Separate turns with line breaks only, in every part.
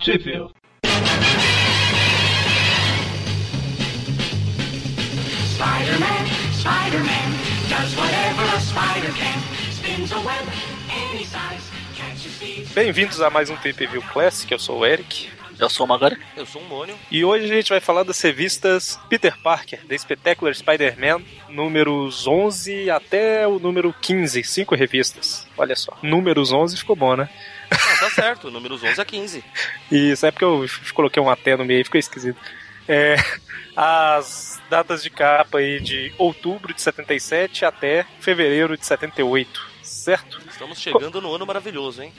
Sheffield.
Spider-Man, Spider-Man, does whatever a spider can. Spins a web any size, catches thieves.
Bem-vindos a mais um TP View Classic, eu sou o Eric.
Eu sou o Magari.
Eu sou um Mônio.
E hoje a gente vai falar das revistas Peter Parker, The Spectacular Spider-Man, números 11 até o número 15, cinco revistas. Olha só, números 11 ficou bom, né?
Não, tá certo, números 11 a 15.
E isso é porque eu f- coloquei um até no meio aí, ficou esquisito. É, as datas de capa aí de outubro de 77 até fevereiro de 78, certo?
Estamos chegando no ano maravilhoso, hein?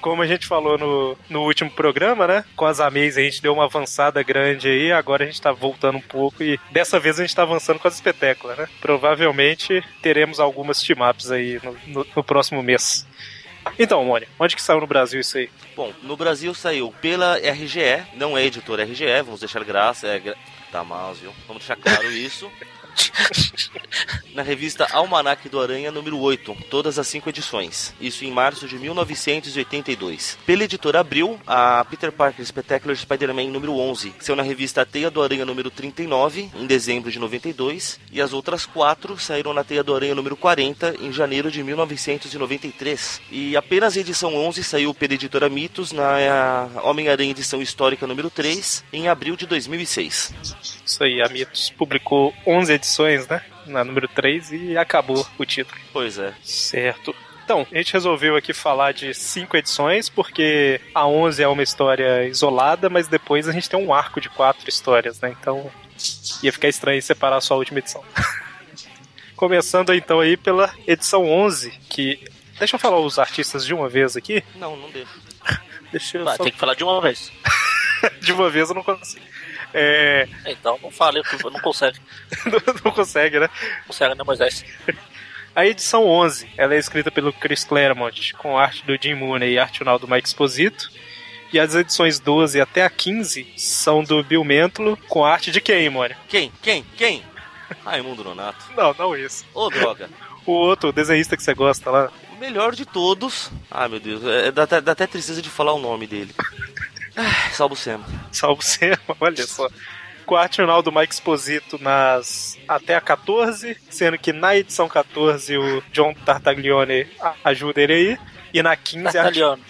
Como a gente falou no, no último programa, né? Com as AMEs a gente deu uma avançada grande aí, agora a gente tá voltando um pouco e dessa vez a gente tá avançando com as espetáculas, né? Provavelmente teremos algumas team-ups aí no, no- no próximo mês. Então, Mônica, onde que saiu no Brasil isso aí?
Bom, no Brasil saiu pela RGE, não é editora RGE, vamos deixar graça. É gra... Tá mal, viu? Vamos deixar claro isso. Na revista Almanac do Aranha, número 8, todas as cinco edições. Isso em março de 1982. Pela editora Abril, a Peter Parker Spectacular Spider-Man número 11. Saiu na revista Teia do Aranha número 39, em dezembro de 92. E as outras quatro saíram na Teia do Aranha número 40, em janeiro de 1993. E apenas a edição 11 saiu pela editora Mitos, na eh, Homem-Aranha edição histórica número 3, em abril de 2006.
Isso aí, a Mitos publicou 11 edições, né? Na número 3 e acabou o título.
Pois é.
Certo. Então, a gente resolveu aqui falar de cinco edições, porque a 11 é uma história isolada, mas depois a gente tem um arco de quatro histórias, né? Então, ia ficar estranho separar só a última edição. Começando então aí pela edição 11, que... Deixa eu falar os artistas de uma vez aqui.
Não, não deixa.
Deixa eu
Vai,
só...
tem que falar de uma vez.
De uma vez eu não consigo. É...
Então não fale, eu não consegue.
não- não consegue, né?
Não consegue, né, Moisés?
A edição 11, ela é escrita pelo Chris Claremont, com arte do Jim Mooney e arte final do Mike Exposito. E as edições 12 até a 15 são do Bill Mentolo, com arte de quem, Mônica?
Quem? Quem? Quem? Raimundo Nonato.
Não, não isso.
Ô, droga.
O outro, o desenhista que você gosta lá.
O melhor de todos. Ah, meu Deus. É, dá, até- dá até tristeza de falar o nome dele. Ah, salvo Sam.
Salvo você, olha só. Com a arte final do Mike Exposito nas até a 14, sendo que na edição 14 o John Tartaglione a- ajuda ele aí. E na 15, a arte,
Italiano.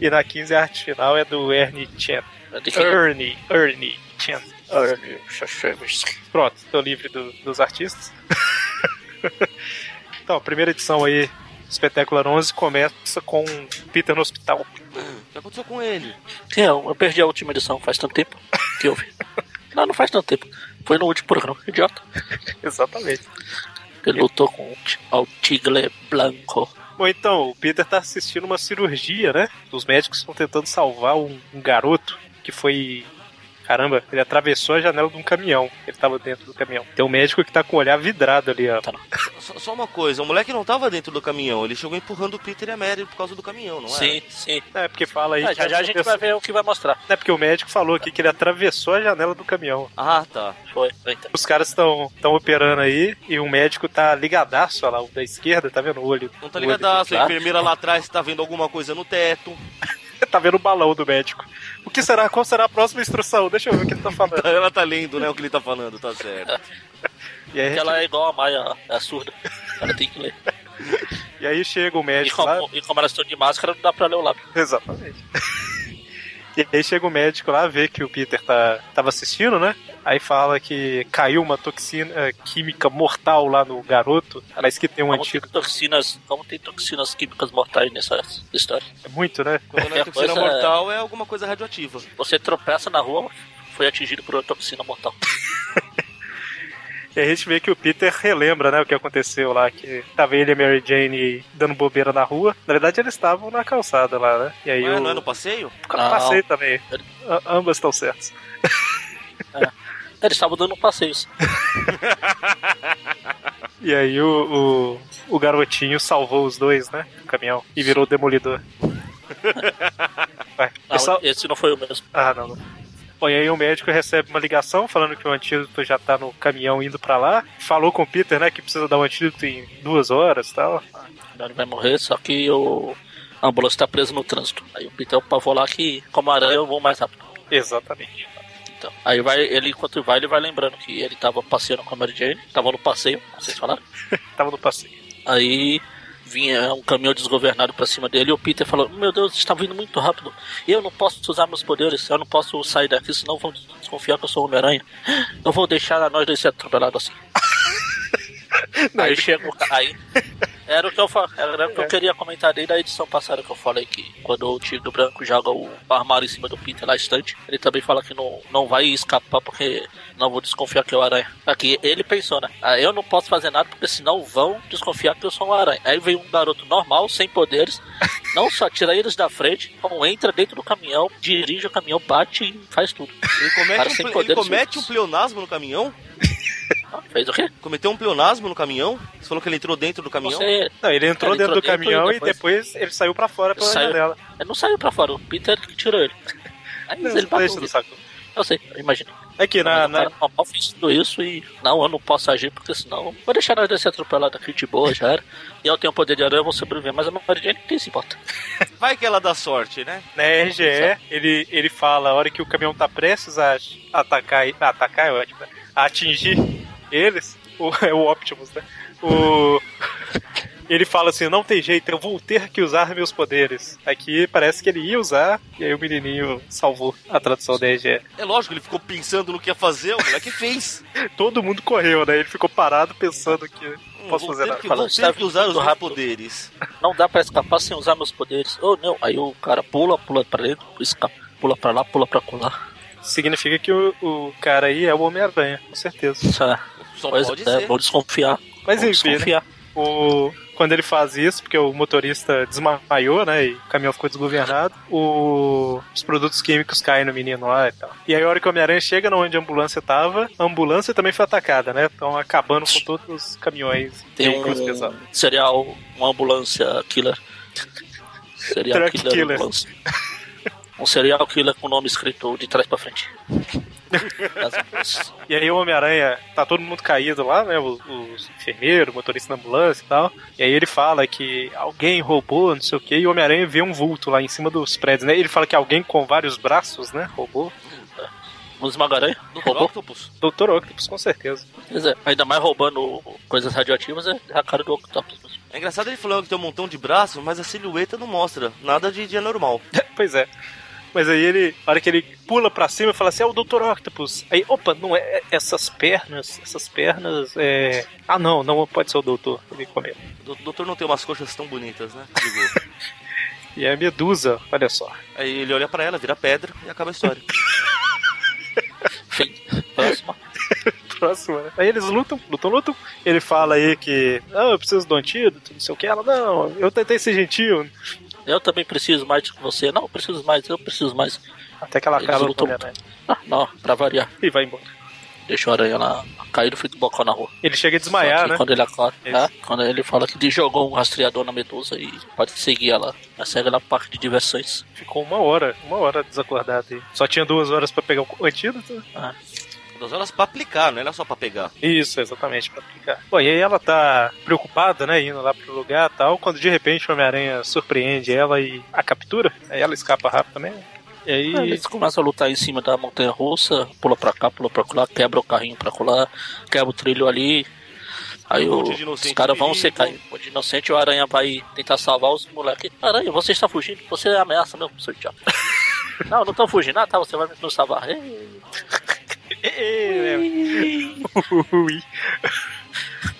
e na 15 a arte final é do Ernie Chan.
Eu tenho que-
Ernie, Ernie Chan.
Ernie Shashevich.
Pronto, estou livre do- dos artistas. então, primeira edição aí, Espetáculo 11, começa com um Peter no hospital.
O que aconteceu com ele?
Sim, eu, eu perdi a última edição faz tanto tempo que eu vi. Não, não faz tanto tempo. Foi no último programa, idiota.
Exatamente.
Ele lutou com o Ti- ao Tigre Blanco.
Bom, então, o Peter tá assistindo uma cirurgia, né? Os médicos estão tentando salvar um, um garoto que foi. Caramba, ele atravessou a janela de um caminhão. Ele tava dentro do caminhão. Tem um médico que tá com o olhar vidrado ali, ó.
Só, só uma coisa. O moleque não tava dentro do caminhão. Ele chegou empurrando o Peter e a Mary por causa do caminhão, não é?
Sim, sim.
É porque fala aí.
Ah,
que
já já a gente vai ver o que vai mostrar.
É porque o médico falou aqui que ele atravessou a janela do caminhão.
Ah, tá.
Foi, foi, então.
Os caras estão tão operando aí e o médico tá ligadaço, olha lá, o da esquerda, tá vendo o olho?
Não tá
o olho
ligadaço. A
Claro.
enfermeira lá atrás tá vendo alguma coisa no teto.
dele. Tá vendo o balão do médico. O que será? Qual será a próxima instrução? Deixa eu ver o que ele tá falando.
Ela tá lendo, né? O que ele tá falando, tá certo.
E aí,
Porque ela é igual a Maia, é surda. Ela tem que ler.
e aí chega o
E
médico É lá.
como, e como elas estão de máscara, não dá pra ler o lábio.
Exatamente. E aí chega o médico lá, vê que o Peter tá, tava assistindo, né? Aí fala que caiu uma toxina eh, química mortal lá no garoto, mas que tem um
Como tem
antídoto.
toxinas, como tem toxinas químicas mortais nessa história.
É muito, né?
Quando não é toxina
coisa-
mortal, é alguma coisa radioativa.
Você tropeça na rua, foi atingido por uma toxina mortal.
E a gente vê que o Peter relembra, né, o que aconteceu lá, que tava ele e a Mary Jane dando bobeira na rua. Na verdade, eles estavam na calçada lá, né? E aí
Ué,
eu
não é no passeio?
passei também.
Ele-
A- ambas estão certas.
Eles estavam dando um passeio.
E aí o, o, o garotinho salvou os dois, né, do caminhão, e virou o demolidor. Vai.
Não,
Ele sal-
Esse não foi o mesmo.
Ah, não, não. Bom, e aí o médico recebe uma ligação falando que o antídoto já tá no caminhão indo pra lá. Falou com o Peter, né, que precisa dar um antídoto em duas horas e tal.
Ele vai morrer, só que o, a ambulância está presa no trânsito. Aí o Peter é o pavor lá que, como aranha, eu vou mais rápido.
Exatamente.
Então, aí vai, ele, enquanto vai, ele vai lembrando que ele tava passeando com a Mary Jane, tava no passeio, como vocês falaram.
Tava no passeio.
Aí vinha um caminhão desgovernado pra cima dele e o Peter falou: Meu Deus, está vindo muito rápido. Eu não posso usar meus poderes, eu não posso sair daqui, senão vão desconfiar que eu sou o Homem-Aranha. Não vou deixar a nós dois ser atropelados assim.
Não,
aí
ele- É.
chega o ca- aí era o que eu fa- era o que eu queria comentar desde a edição passada que eu falei que quando o Tigre Branco joga o armário em cima do Peter lá estante, ele também fala que não, não vai escapar porque não vou desconfiar que é o aranha. Aqui ele pensou, né? Ah, eu não posso fazer nada porque senão vão desconfiar que eu sou um aranha. Aí vem um garoto normal, sem poderes, não só tira eles da frente, como entra dentro do caminhão, dirige o caminhão, bate e faz tudo.
Ele
Cara,
comete, um,
sem
ple- ele
poderes
comete um
físicos.
pleonasmo no caminhão?
Ah, Fez o quê?
Cometeu um pleonasmo no caminhão? Você falou que ele entrou dentro do caminhão?
Você
Não, ele entrou
Ele
dentro
entrou
do caminhão
dentro e
e depois ele saiu pra fora pela
Saiu.
janela.
ele não saiu pra fora, o Peter que tirou ele. Aí
Não,
ele
não
bateu.
deixa do
nele.
saco.
Eu sei, eu imagino.
Aqui, na,
Mas o
na,
cara normal fez tudo isso e não, eu não posso agir porque senão vou deixar nós dois ser atropelados aqui de boa, já era. E eu tenho o poder de aranha, eu vou sobreviver, mas a Mary Jane quem se importa.
Vai que ela dá sorte, né?
na RGE, ele, ele fala a hora que o caminhão tá prestes a atacar, a atacar é ótimo, né? a atingir eles, o, é o Optimus, né? O, ele fala assim, não tem jeito, eu vou ter que usar meus poderes. Aqui parece que ele ia usar, e aí o menininho salvou a tradução né, da RGE.
É lógico, ele ficou pensando no que ia fazer, o moleque fez.
Todo mundo correu, né? Ele ficou parado pensando que
Hum,
posso
vou
fazer
ter
nada.
que,
Fala,
vou ter
sabe
que usar os
muito
meus
rápido.
poderes.
Não dá pra escapar sem usar meus poderes. Oh não, aí o cara pula, pula pra dentro, escapa, pula pra lá, pula pra colar.
Significa que o, o cara aí é o Homem-Aranha, com certeza.
Isso é
Só
coisa,
pode
né?
ser.
Vou desconfiar.
Mas
vou
enfim, né?
desconfiar.
O, quando ele faz isso, porque o motorista desmaiou, né? E o caminhão ficou desgovernado, o- os produtos químicos caem no menino lá e tal. E aí a hora que o Homem-Aranha chega na onde a ambulância tava, a ambulância também foi atacada, né? Estão acabando com todos os caminhões e
Tem
veículos pesados.
um serial, uma ambulância killer. Serial
Truck
killer,
killer.
ambulância. Um serial killer com o nome escrito de trás pra frente. Das ambulâncias.
E aí o Homem-Aranha, tá todo mundo caído lá, né? Os, os enfermeiros, o motorista da ambulância e tal. E aí ele fala que alguém roubou, não sei o quê, e o Homem-Aranha vê um vulto lá em cima dos prédios, né? Ele fala que alguém com vários braços, né? Roubou.
Os Magaranha,
Doutor
roubou.
Octopus.
Doutor Octopus, com certeza.
Pois é, ainda mais roubando coisas radioativas é a cara do Octopus. mesmo.
É engraçado ele falando que tem um montão de braço, mas a silhueta não mostra. Nada de dia normal.
Pois é. Mas aí ele, na hora que ele pula pra cima e fala assim, é o Dr. Octopus. Aí, opa, não é é essas pernas, essas pernas, é... Ah não, não pode ser o doutor, ele comeu.
O doutor não tem umas coxas tão bonitas, né? Digo.
E é a Medusa, olha só.
Aí ele olha pra ela, vira pedra e acaba a história.
Enfim, próxima.
Próximo, né? Aí eles lutam, lutam, lutam. Ele fala aí que, ah, eu preciso do antídoto, não sei o que. Ela, não, eu tentei ser gentil.
Eu também preciso mais do que você. Não, eu preciso mais, eu preciso mais.
Até que ela
Eles
acaba com
lutam,
a mulher, né?
Ah, não, pra variar.
E vai embora.
Deixa o aranha lá caído feito bocó na rua.
Ele chega a
Só
desmaiar,
que
né?
Quando ele acorda,
É
né? quando ele fala que ele jogou um rastreador na medusa e pode seguir ela. Mas segue na parte de diversões.
Ficou uma hora, uma hora desacordado aí. Só tinha duas horas pra pegar o antídoto, né?
Duas horas pra aplicar, não era só pra pegar.
Isso, exatamente, pra aplicar. Bom, e aí ela tá preocupada, né, indo lá pro lugar e tal, quando de repente o Homem-Aranha surpreende ela e a captura, aí ela escapa rápido também. né? E aí,
Aí Eles começam a lutar em cima da montanha russa, pula pra cá, pula pra lá, quebra o carrinho pra colar, quebra o trilho ali. Aí
Um
o-
monte de
os
inocente
caras vão
ferido.
ser cair. O de inocente, o aranha vai tentar salvar os moleques. Aranha, você está fugindo, você é ameaça mesmo, seu diabo. não, não tô fugindo, ah tá, você vai nos salvar. Ei,
é,
É.
Ui.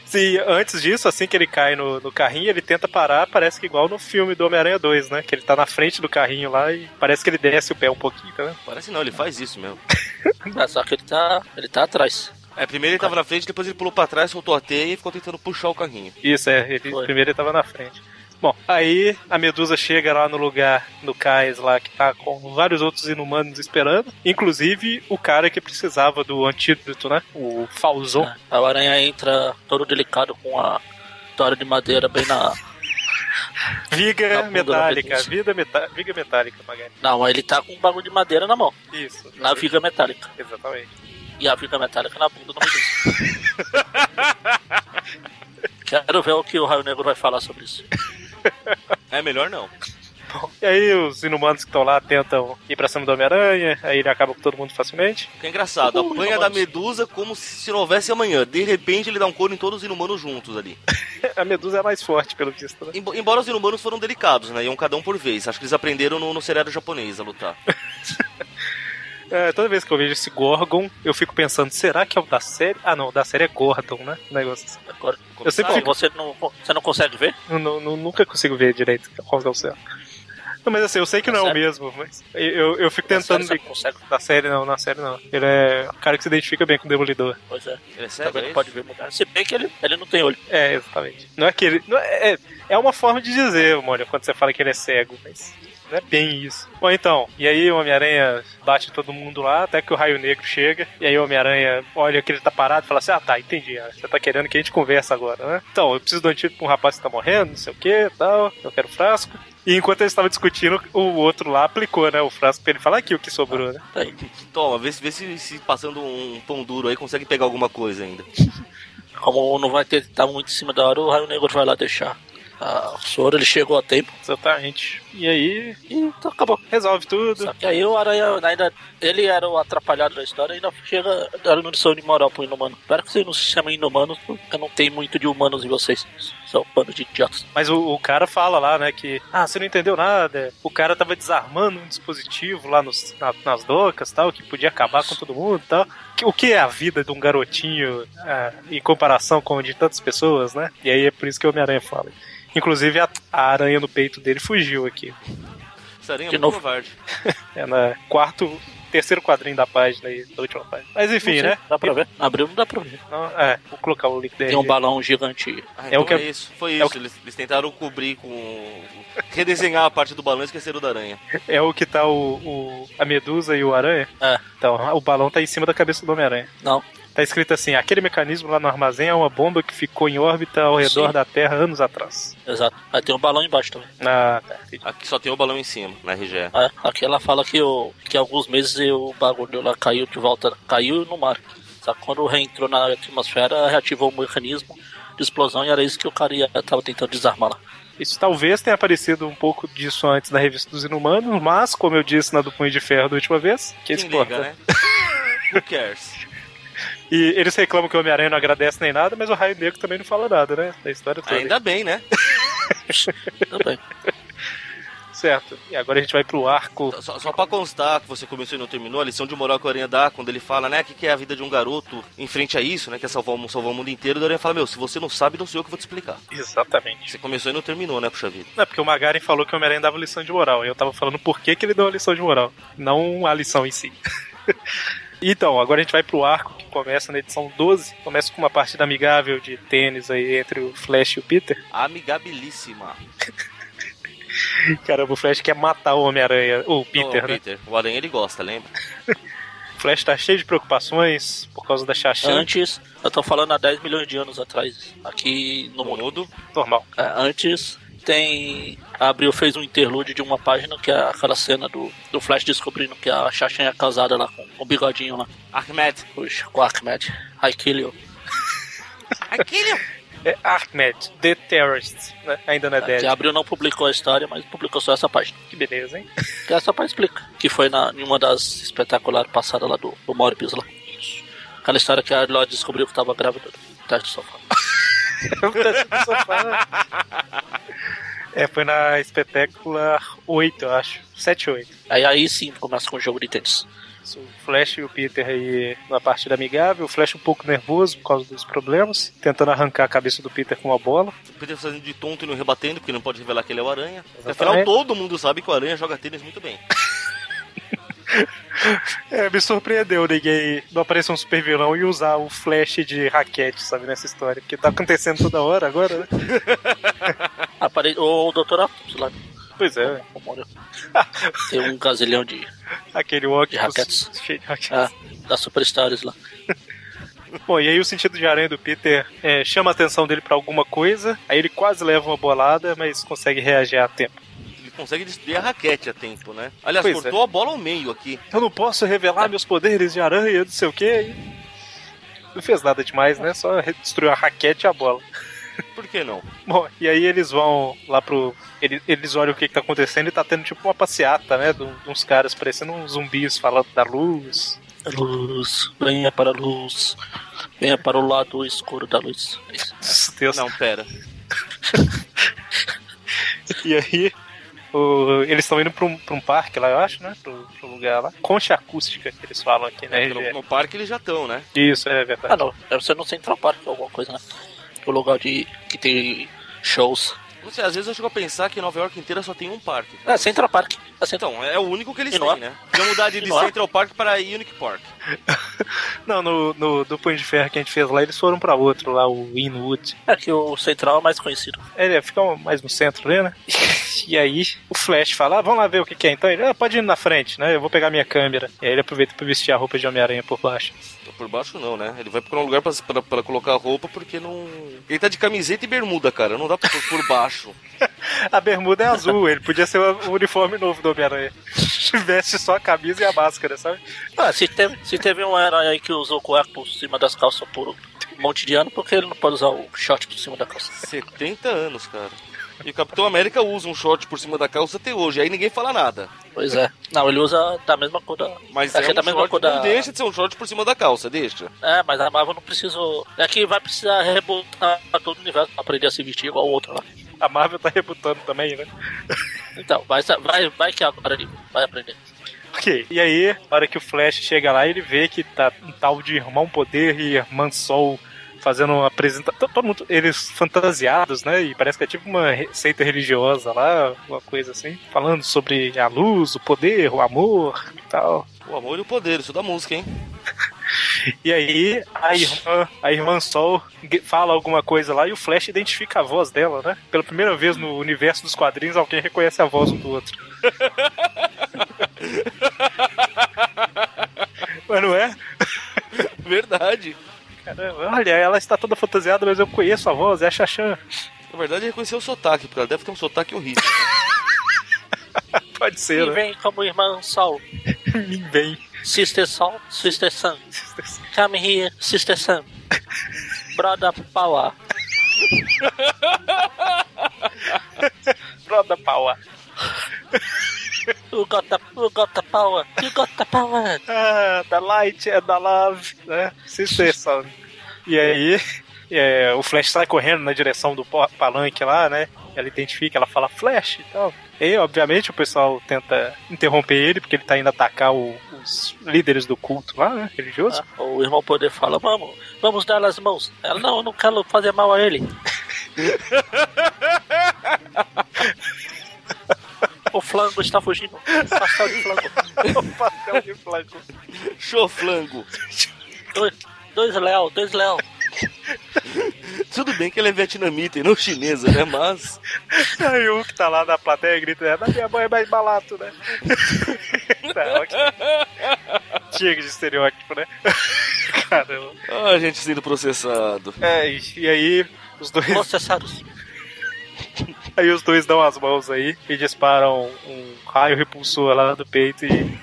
Se antes disso, assim que ele cai no, no carrinho, ele tenta parar, parece que igual no filme do Homem-Aranha 2, né? Que ele tá na frente do carrinho lá e parece que ele desce o pé um pouquinho, tá vendo?
Parece não, ele faz isso mesmo.
Ah, só que ele tá, ele tá atrás.
É, primeiro ele tava na frente, depois ele pulou pra trás, soltou a teia e ficou tentando puxar o carrinho.
Isso, é, ele,
Foi.
primeiro ele tava na frente. Bom, aí a Medusa chega lá no lugar do cais lá que tá com vários outros inumanos esperando, inclusive o cara que precisava do antídoto, né? O Falzon.
né? Aí o aranha entra todo delicado com a tora de madeira bem na. Na
Viga
bunda da
metálica,
Medusa.
vida meta- viga metálica, Magari.
Não, aí ele tá com um bagulho de madeira na mão,
Isso.
na viga metálica.
Exatamente.
E a viga metálica na bunda do Medusa. Quero ver o que o Raio Negro vai falar sobre isso.
É melhor não.
bom. E aí os inumanos que estão lá tentam ir pra cima do Homem-Aranha, aí ele acaba com todo mundo facilmente.
Que é engraçado,
Ui,
apanha da
rapaz.
medusa como se não houvesse amanhã. De repente ele dá um couro em todos os inumanos juntos ali.
A Medusa é mais forte, pelo visto, né?
Embo- Embora os inumanos foram delicados, né? Iam cada um por vez. Acho que eles aprenderam no, no seriado japonês a lutar.
É, toda vez que eu vejo esse Gorgon, eu fico pensando, será que é o da série? Ah, não, o da série é Gordon, né? Um negócio assim.
Agora,
Eu sempre
Ah,
fico-
você, não, você não consegue ver?
Eu nu- nu- nunca consigo ver direito qual que é o céu. Não, mas assim, eu sei que não é o
Sério?
mesmo, mas eu, eu fico
Na série
tentando.
você não consegue.
Na série não, na série não. Ele é um cara que se identifica bem com o Demolidor.
Pois é.
Ele é sério?
Tá
Também
é
não
isso?
pode ver mudar. Se bem que ele, ele não tem olho.
É, exatamente. Não é que ele. não é, é- é uma forma de dizer, Mônio, quando você fala que ele é cego, mas não é bem isso. Bom, então, e aí o Homem-Aranha bate todo mundo lá, até que o Raio Negro chega, e aí o Homem-Aranha olha que ele tá parado e fala assim: ah, tá, entendi, ah, você tá querendo que a gente converse agora, né? Então, eu preciso de um tipo pra um rapaz que tá morrendo, não sei o que tal, eu quero frasco. E enquanto eles estavam discutindo, o outro lá aplicou, né? O frasco pra ele falar aqui o que sobrou, né?
Tá aí.
Toma, vê, se- vê se, se passando um pão duro aí consegue pegar alguma coisa ainda.
Como não vai ter tá muito em cima da hora, o Raio Negro vai lá deixar. Ah, o Soro, ele chegou a tempo
Exatamente. E então aí,
e tá, acabou.
resolve tudo.
Só que aí o Aranha ainda. Ele era o atrapalhado da história e ainda chega dando munição de moral pro Inumano. Espero que vocês não se chamem Inumanos, porque não tem muito de humanos em vocês. São um bando de idiotas.
Mas o, o cara fala lá, né, que ah, você não entendeu nada. é, O cara tava desarmando um dispositivo lá nos, na- nas docas tal, que podia acabar com todo mundo tal. Que- O que é a vida de um garotinho ah, em comparação com a de tantas pessoas, né? E aí é por isso que o Homem-Aranha fala. Inclusive a, a aranha no peito dele fugiu aqui.
Sarinha é
De
muito
novo.
covarde.
É na quarto, terceiro quadrinho da página aí, da última página. Mas enfim,
Não sei,
né?
Dá pra ver? Abriu, não dá pra ver.
Não, é, vou colocar o link dele.
Tem um balão gigante.
Ah,
É
então
o que-
é isso. Foi
é o
isso. Eles, eles tentaram cobrir com. redesenhar a parte do balão e esqueceram da aranha.
É o que tá o, o- a medusa e o aranha?
É.
Então, o balão tá em cima da cabeça do Homem-Aranha.
Não.
Tá escrito assim: aquele mecanismo lá no armazém é uma bomba que ficou em órbita ao redor
Sim.
da Terra anos atrás.
Exato. Aí tem um balão embaixo também.
Ah, tá. entendi.
Aqui só tem o balão em cima, na RGE.
Ah, aqui ela fala que, o, que alguns meses o bagulho lá caiu de volta, caiu no mar. Só que quando reentrou na atmosfera, reativou o mecanismo de explosão e era isso que o cara ia, tava tentando desarmar lá.
Isso talvez tenha aparecido um pouco disso antes na revista dos Inumanos, mas, como eu disse na do Punho de Ferro da última vez, que
Quem
importa.
liga, né? Who cares?
E eles reclamam que o Homem-Aranha não agradece nem nada, mas o Raio Negro também não fala nada, né? Da história toda.
Ainda bem, né?
Tá bem.
Certo. E agora a gente vai pro arco.
Só, só pra constar que você começou e não terminou, a lição de moral que o Aranha dá quando ele fala, né, o que, que é a vida de um garoto em frente a isso, né, que é salvar o, mu- salvar o mundo inteiro, o Aranha fala, meu, se você não sabe, não sou eu que vou te explicar.
Exatamente.
Você começou e não terminou, né, puxa vida.
Não, é porque o Magaren falou que o Homem-Aranha dava lição de moral. E eu tava falando por que, que ele deu a lição de moral, não a lição em si. então, agora a gente vai pro arco que começa na edição 12. Começa com uma partida amigável de tênis aí entre o Flash e o Peter.
Amigabilíssima.
Caramba, o Flash quer matar o Homem-Aranha, o Peter,
Ô,
né?
Peter. O Aranha ele gosta, lembra?
O Flash tá cheio de preocupações por causa da Xaxã.
Antes, eu tô falando há 10 milhões de anos atrás, aqui no
No
mundo.
mundo.
Normal.
É, antes, tem. A Abril fez um interlude de uma página, que é aquela cena do, do Flash descobrindo que a Shashan é casada lá com, com o bigodinho lá,
Ahmed.
Puxa, com o Ahmed. I kill you.
Aquele...
É Ahmed, The Terrorist, né? Ainda não é
Que a
Dead.
Abril não publicou a história, mas publicou só essa página.
Que beleza, hein?
Que é só pra explicar. Que foi na, em uma das espetaculares passadas lá do, do Morbius lá. Aquela história que a Lodge descobriu que tava grávida do teste do sofá.
é, foi na espetácula 8, eu acho. 7 8.
Aí, aí sim começa com o jogo de tênis.
O Flash e o Peter aí na partida amigável, o Flash um pouco nervoso por causa dos problemas, tentando arrancar a cabeça do Peter com uma bola.
O Peter tá fazendo de tonto e não rebatendo, porque não pode revelar que ele é o Aranha.
Exatamente.
Afinal, todo mundo sabe que o Aranha joga tênis muito bem.
É, me surpreendeu ninguém não aparecer um super vilão e usar o Flash de raquete, sabe, nessa história, porque tá acontecendo toda hora agora, né?
Apare... O, o Dr. Octopus lá,
Pois é,
o Moro. Tem um gazilhão de,
aquele Octopus
De raquetes.
cheio de raquetes.
ah, das Superstars lá.
Bom, e aí o sentido de aranha do Peter é, chama a atenção dele pra alguma coisa, aí ele quase leva uma bolada, mas consegue reagir a tempo.
Ele consegue destruir a raquete a tempo, né? Aliás,
Pois é.
cortou a bola ao meio aqui.
Eu não posso revelar meus poderes de aranha, não sei o quê. e Não fez nada demais, né? Só re- destruiu a raquete e a bola.
Por que não?
Bom, e aí eles vão lá pro. Eles, eles olham o que, que tá acontecendo e tá tendo tipo uma passeata, né? De, um- de uns caras parecendo uns zumbis falando da luz.
Luz, venha para a luz, venha para o lado escuro da luz. É isso.
Deus.
Não, pera.
E aí. o- eles estão indo pra um, pra um parque lá, eu acho, né? Pro, pro lugar lá. Concha acústica que eles falam aqui, né?
É, No, no parque eles já estão, né?
Isso, é
É, Ah,
verdade.
não, deve ser no Central Park ou alguma coisa, né? O lugar de, que tem shows.
Não sei, às vezes eu chego a pensar que Nova York inteira só tem um parque.
É, Central Park. É Central...
Então, é o único que eles
E não é?
têm, né? Vamos mudar de
E não é?
Central Park para Unique Park.
Não, no, no do Punho de Ferro que a gente fez lá, eles foram pra outro lá, o Inwood.
É que o Central é mais conhecido.
Ele fica um- mais no centro ali, né? E aí o Flash fala, ah, vamos lá ver o que, que é então. Ele, ah, pode ir na frente, né? Eu vou pegar minha câmera. E aí ele aproveita pra vestir a roupa de Homem-Aranha por baixo.
Por baixo não, né? Ele vai procurar um lugar pra, pra, pra colocar roupa porque não. Ele tá de camiseta e bermuda, cara. Não dá por, por baixo.
A bermuda é azul, ele podia ser o uniforme novo do Homem-Aranha. Veste só a camisa e a máscara, sabe?
Ah, se teve, se teve um herói aí que usou cueca por cima das calças por um monte de ano, por que ele não pode usar o short por cima da calça?
70 anos, cara. E o Capitão América usa um short por cima da calça até hoje, aí ninguém fala nada.
Pois é. Não, ele usa da mesma cor da.
Mas
Achei
é um
da mesma
short-
cor da.
não deixa de ser um short por cima da calça, deixa.
É, mas a Marvel não precisou. É que vai precisar rebotar todo o universo pra aprender a se vestir igual o outro lá.
A Marvel tá rebutando também, né?
Então, vai, vai, vai que agora ele vai aprender.
Ok. E aí, na hora que o Flash chega lá, ele vê que tá um tal de Irmão Poder e Irmã Sol fazendo uma apresentação. Todo mundo, eles fantasiados, né? E parece que é tipo uma re- seita religiosa lá, uma coisa assim. Falando sobre a luz, o poder, o amor e tal.
O amor e o poder, isso da música, hein?
E aí, a irmã, a irmã Sol g- fala alguma coisa lá e o Flash identifica a voz dela, né? Pela primeira vez no universo dos quadrinhos, alguém reconhece a voz um do outro. Mas não é?
Verdade.
Caramba, olha, ela está toda fantasiada, mas eu conheço a voz, é a Xaxã.
Na verdade, ele reconheceu o sotaque, porque ela deve ter um sotaque horrível.
Pode
E
ser, né?
vem como irmã Sol,
Mim bem.
Sister Sol, Sister Sun. Come here, Sister Sun. Brother Power.
Broda Paula.
You got the, you got the power. You got the power.
Ah, da Light é da Love, né? Sister Sun. E aí, é, o Flash sai correndo na direção do po- palanque lá, né? Ela identifica, ela fala Flash e tal. E, obviamente, o pessoal tenta interromper ele, porque ele tá indo atacar o- os líderes do culto lá, né? Religioso.
Ah, o irmão poder fala, vamos, vamos dar as mãos. Ela, não, eu não quero fazer mal a ele. o flango está fugindo. Pastel de flango.
O pastel de flanco.
Choflango.
Dois, dois leal, dois leal.
Tudo bem que ela é vietnamita e não chinesa, né? Mas.
Aí o que tá lá na plateia grita, da minha mãe é mais balato, né? tá, ok. Chega de estereótipo, né? Caramba.
Ah, a gente sendo processado.
É, e- e aí os dois,
Processados.
aí os dois dão as mãos aí e disparam um raio repulsor lá do peito e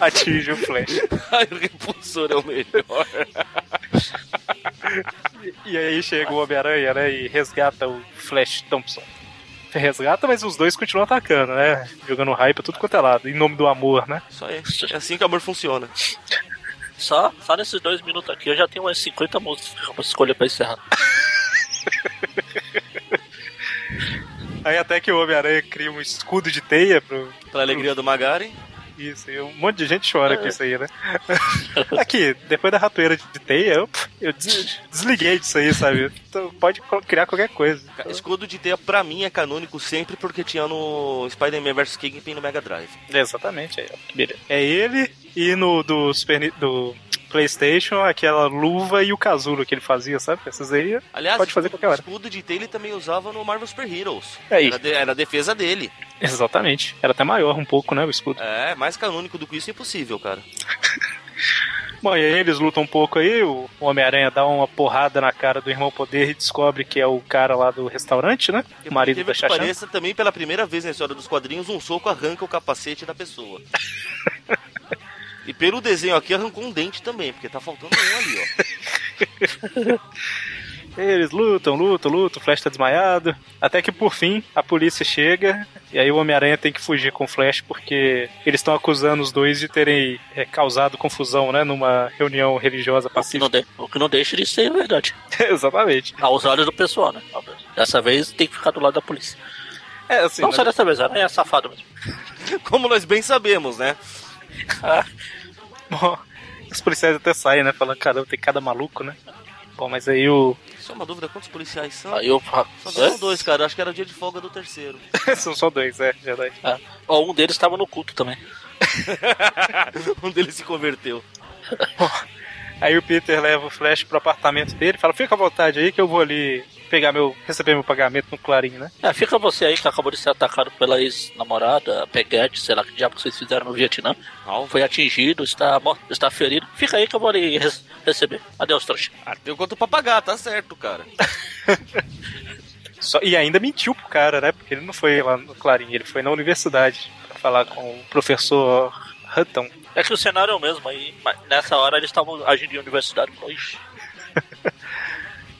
atinge o Flash.
Ai, o repulsor é o melhor.
E aí chega o Homem-Aranha, né, e resgata o Flash Thompson. Resgata, mas os dois continuam atacando, né? Jogando raio pra tudo quanto é lado, em nome do amor, né?
Isso aí. É assim que o amor funciona.
Só, só nesses dois minutos aqui eu já tenho umas 50 músicas pra escolher pra encerrar.
Aí até que o Homem-Aranha cria um escudo de teia pro,
Pra alegria do Magari.
Isso, e um monte de gente chora com isso aí, né? Aqui, depois da ratoeira de teia, eu, eu des- desliguei disso aí, sabe? Então, pode col- criar qualquer coisa.
Ca- Escudo de teia pra mim é canônico sempre porque tinha no Spider-Man vs Kingpin no Mega Drive.
exatamente, aí, É ele e no do, Super Ni- do PlayStation aquela luva e o casulo que ele fazia, sabe? Essas aí.
Aliás,
Pode fazer qualquer hora. É
escudo de teia ele também usava no Marvel Super Heroes.
Aí.
Era, de- era a defesa dele.
Exatamente. Era até maior um pouco, né? O escudo.
É, mais canônico do que isso é impossível, cara.
Bom, e aí eles lutam um pouco aí, o Homem-Aranha dá uma porrada na cara do Irmão Poder e descobre que é o cara lá do restaurante, né? O marido
Teve
da
que
Xaxã.
pareça, também pela primeira vez na história dos quadrinhos, um soco arranca o capacete da pessoa. e pelo desenho aqui, arrancou um dente também, porque tá faltando um ali, ó.
Eles lutam, lutam, lutam, o Flash tá desmaiado. Até que por fim a polícia chega e aí o Homem-Aranha tem que fugir com o Flash porque eles estão acusando os dois de terem é, causado confusão, né? Numa reunião religiosa
O que, não
pacífica.
de- o que não deixa de ser verdade.
Exatamente.
Aos olhos do pessoal, né? Dessa vez tem que ficar do lado da polícia.
É, assim.
não
na
só dessa vez, é safado mesmo.
Como nós bem sabemos, né?
Bom, os policiais até saem, né? Falando, caramba, tem cada maluco, né? Bom, mas aí o.
Só é uma dúvida, quantos policiais são?
Aí eu falo.
Só são
"Hã?"
dois, cara. Acho que era o dia de folga do terceiro.
São só dois, é, verdade.
Ah, ó, um deles estava no culto também.
um deles se converteu.
Aí o Peter leva o Flash pro apartamento dele, fala, fica à vontade aí que eu vou ali pegar meu. receber meu pagamento no Clarim, né?
É, fica você aí que acabou de ser atacado pela ex-namorada, Peguete, sei lá que diabo vocês fizeram no Vietnã.
Não,
Foi atingido, está morto, está ferido. Fica aí que eu vou ali res- receber. Adeus, trouxa.
ah, tem quanto pra pagar, tá certo, cara.
Só- e ainda mentiu pro cara, né? Porque ele não foi lá no Clarim, ele foi na universidade pra falar com o professor Hutton.
É que o cenário é o mesmo aí. mas nessa hora eles estavam agindo em universidade. Ixi.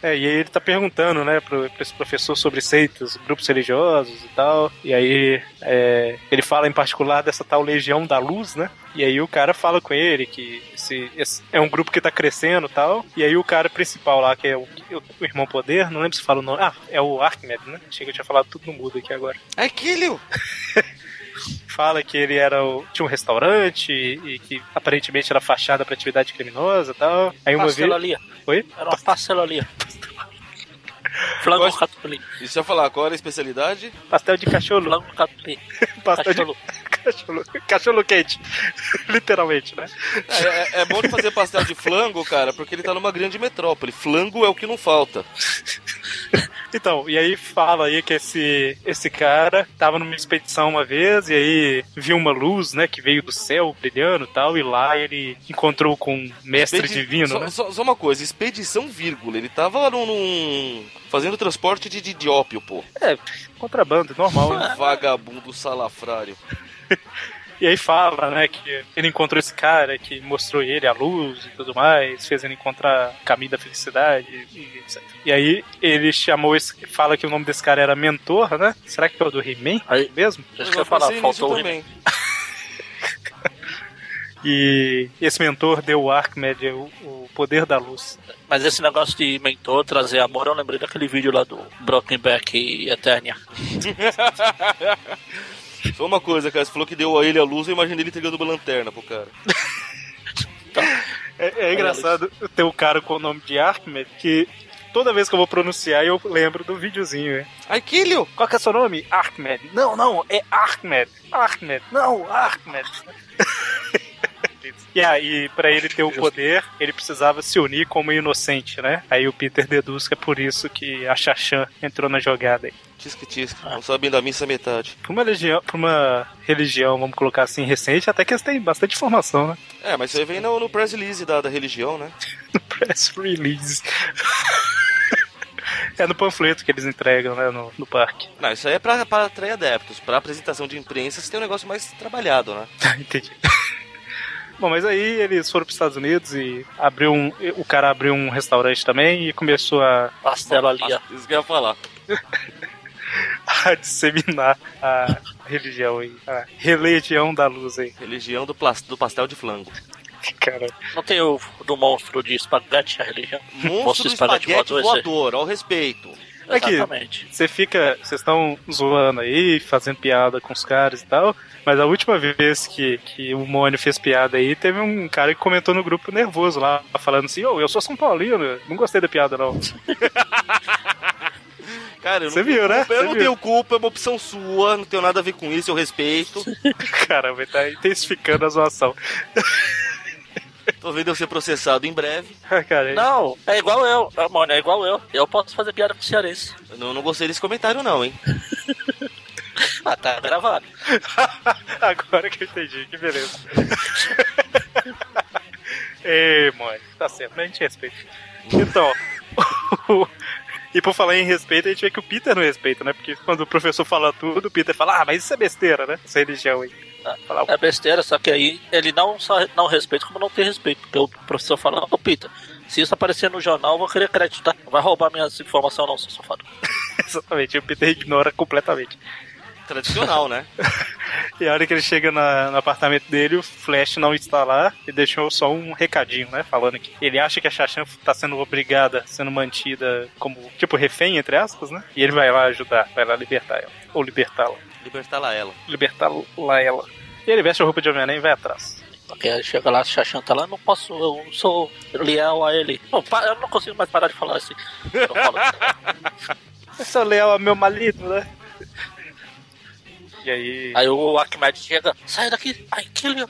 É, e aí ele tá perguntando, né, pro, pra esse professor sobre seitas, grupos religiosos e tal. E aí é, ele fala em particular dessa tal Legião da Luz, né? E aí o cara fala com ele que esse, esse é um grupo que tá crescendo e tal. E aí o cara principal lá, que é o, o Irmão Poder, não lembro se fala o nome. Ah, é o Archimedes, né? Achei que eu tinha falado tudo no mudo aqui agora.
É Killian!
Fala que ele era o, tinha um restaurante e, e que aparentemente era fachada pra atividade criminosa e tal. Aí uma vez...
Pastelaria.
Oi?
Era uma pastelaria. Flango
Gosto-
Catulin.
E se eu falar, qual era a especialidade?
Pastel de cachorro.
Flango Catulin.
Pastel de
Cachorro.
Cachorro, cachorro quente. Literalmente, né?
É, é- é bom de fazer pastel de flango, cara, porque ele tá numa grande metrópole. Flango é o que não falta.
Então, e aí fala aí que esse, esse cara tava numa expedição uma vez e aí viu uma luz, né, que veio do céu brilhando e tal, e lá ele encontrou com um mestre
Expedi-
divino,
só,
né?
só- só uma coisa, expedição vírgula. Ele tava num. num- fazendo transporte de, de, de ópio, pô.
Contrabando,
Ah.
normal. né?
Vagabundo salafrário.
E aí fala, né, que ele encontrou esse cara que mostrou ele a luz e tudo mais, fez ele encontrar o caminho da felicidade e etc. E aí ele chamou esse. Fala que o nome desse cara era Mentor, né? Será que é o do He-Man
Aí-
mesmo?
Isso que eu ia falar,
pensei assim nisso
faltou o
também.
E esse mentor deu ao Archimedes o, o poder da luz.
Mas esse negócio de mentor trazer amor, eu lembrei daquele vídeo lá do Broken Back e Eternia.
Só uma coisa, cara. Você falou que deu a ele a luz, eu imaginei ele entregando uma lanterna pro cara.
É, é engraçado ter o cara com o nome de Archimedes que toda vez que eu vou pronunciar eu lembro do videozinho. né?
Aquilho!
Qual que é o seu nome? Archimedes. Não, não, é Archimedes. Archimedes. Não, Archimedes. E aí, pra ele ter o
Justo.
poder, ele precisava se unir como inocente, né? Aí o Peter deduz que é por isso que a Xaxã entrou na jogada aí.
Tisque, tisque.
Ah.
Não sabem da missa metade.
Pra uma, legião, pra uma religião, vamos colocar assim, recente, até que eles têm bastante informação, né?
É, mas isso aí vem no, no press release da, da religião, né?
Press release. é no panfleto que eles entregam, né? No, no parque.
Não, isso aí é pra, pra atrair adeptos. Pra apresentação de imprensa, você tem um negócio mais trabalhado, né?
Tá, entendi. Bom, mas aí eles foram pros Estados Unidos e abriu um. O cara abriu um restaurante também e começou a,
Pastelaria.
Isso que eu ia falar.
a disseminar a religião aí. A religião da luz aí.
Religião do, plas- do pastel de flango.
Cara,
Não tem o do monstro de espaguete, a religião?
Monstro do espaguete voador,
voador,
ao respeito.
é.
Aqui.
Exatamente.
Você fica. Vocês estão zoando aí, fazendo piada com os caras e tal. Mas a última vez que, que o Mônio fez piada aí, teve um cara que comentou no grupo nervoso lá, falando assim: Ô, eu sou São Paulino, não gostei da piada não.
Cara, eu
Você
não, tenho
viu, né?
culpa, eu
Você
não
viu.
tenho culpa, é uma opção sua, não tenho nada a ver com isso, eu respeito.
Cara, vai tá intensificando a zoação.
Tô vendo eu ser processado em breve.
Ah, cara,
Não, é igual eu, ah, mano, é igual eu. Eu posso fazer piada com o cearense.
Eu não, não gostei desse comentário, não, hein?
Ah, tá gravado.
agora que eu entendi, que beleza. Ei, Mônio, tá certo, mas a gente respeita. Então. E por falar em respeito, a gente vê que o Peter não respeita, né? Porque quando o professor fala tudo, o Peter fala, ah, mas isso é besteira, né? Essa religião aí.
Ah,
Falar,
É besteira, só que aí ele não só não respeita, como não tem respeito. Porque o professor fala, ô Pita, Se isso aparecer no jornal, eu vou querer crédito, tá? Não vai roubar minhas informações, não, seu safado.
Exatamente, o Peter ignora completamente.
Tradicional, né?
E a hora que ele chega na- no apartamento dele, o Flash não está lá e deixou só um recadinho, né? Falando que ele acha que a Shashan está sendo obrigada, sendo mantida como, tipo, refém, entre aspas, né? E ele vai lá ajudar, vai lá libertar ela. Ou libertá-la.
Libertar lá ela.
Libertar lá ela. E ele veste a roupa de Homem-Aranha e vai atrás.
Porque aí chega lá, Xaxã tá lá, não posso, eu não sou leal a ele. Não, pa- eu não consigo mais parar de falar assim. Eu falo,
Eu sou leal ao meu marido, né? E aí.
aí o Arquimedes chega, sai daqui, ai, kill you.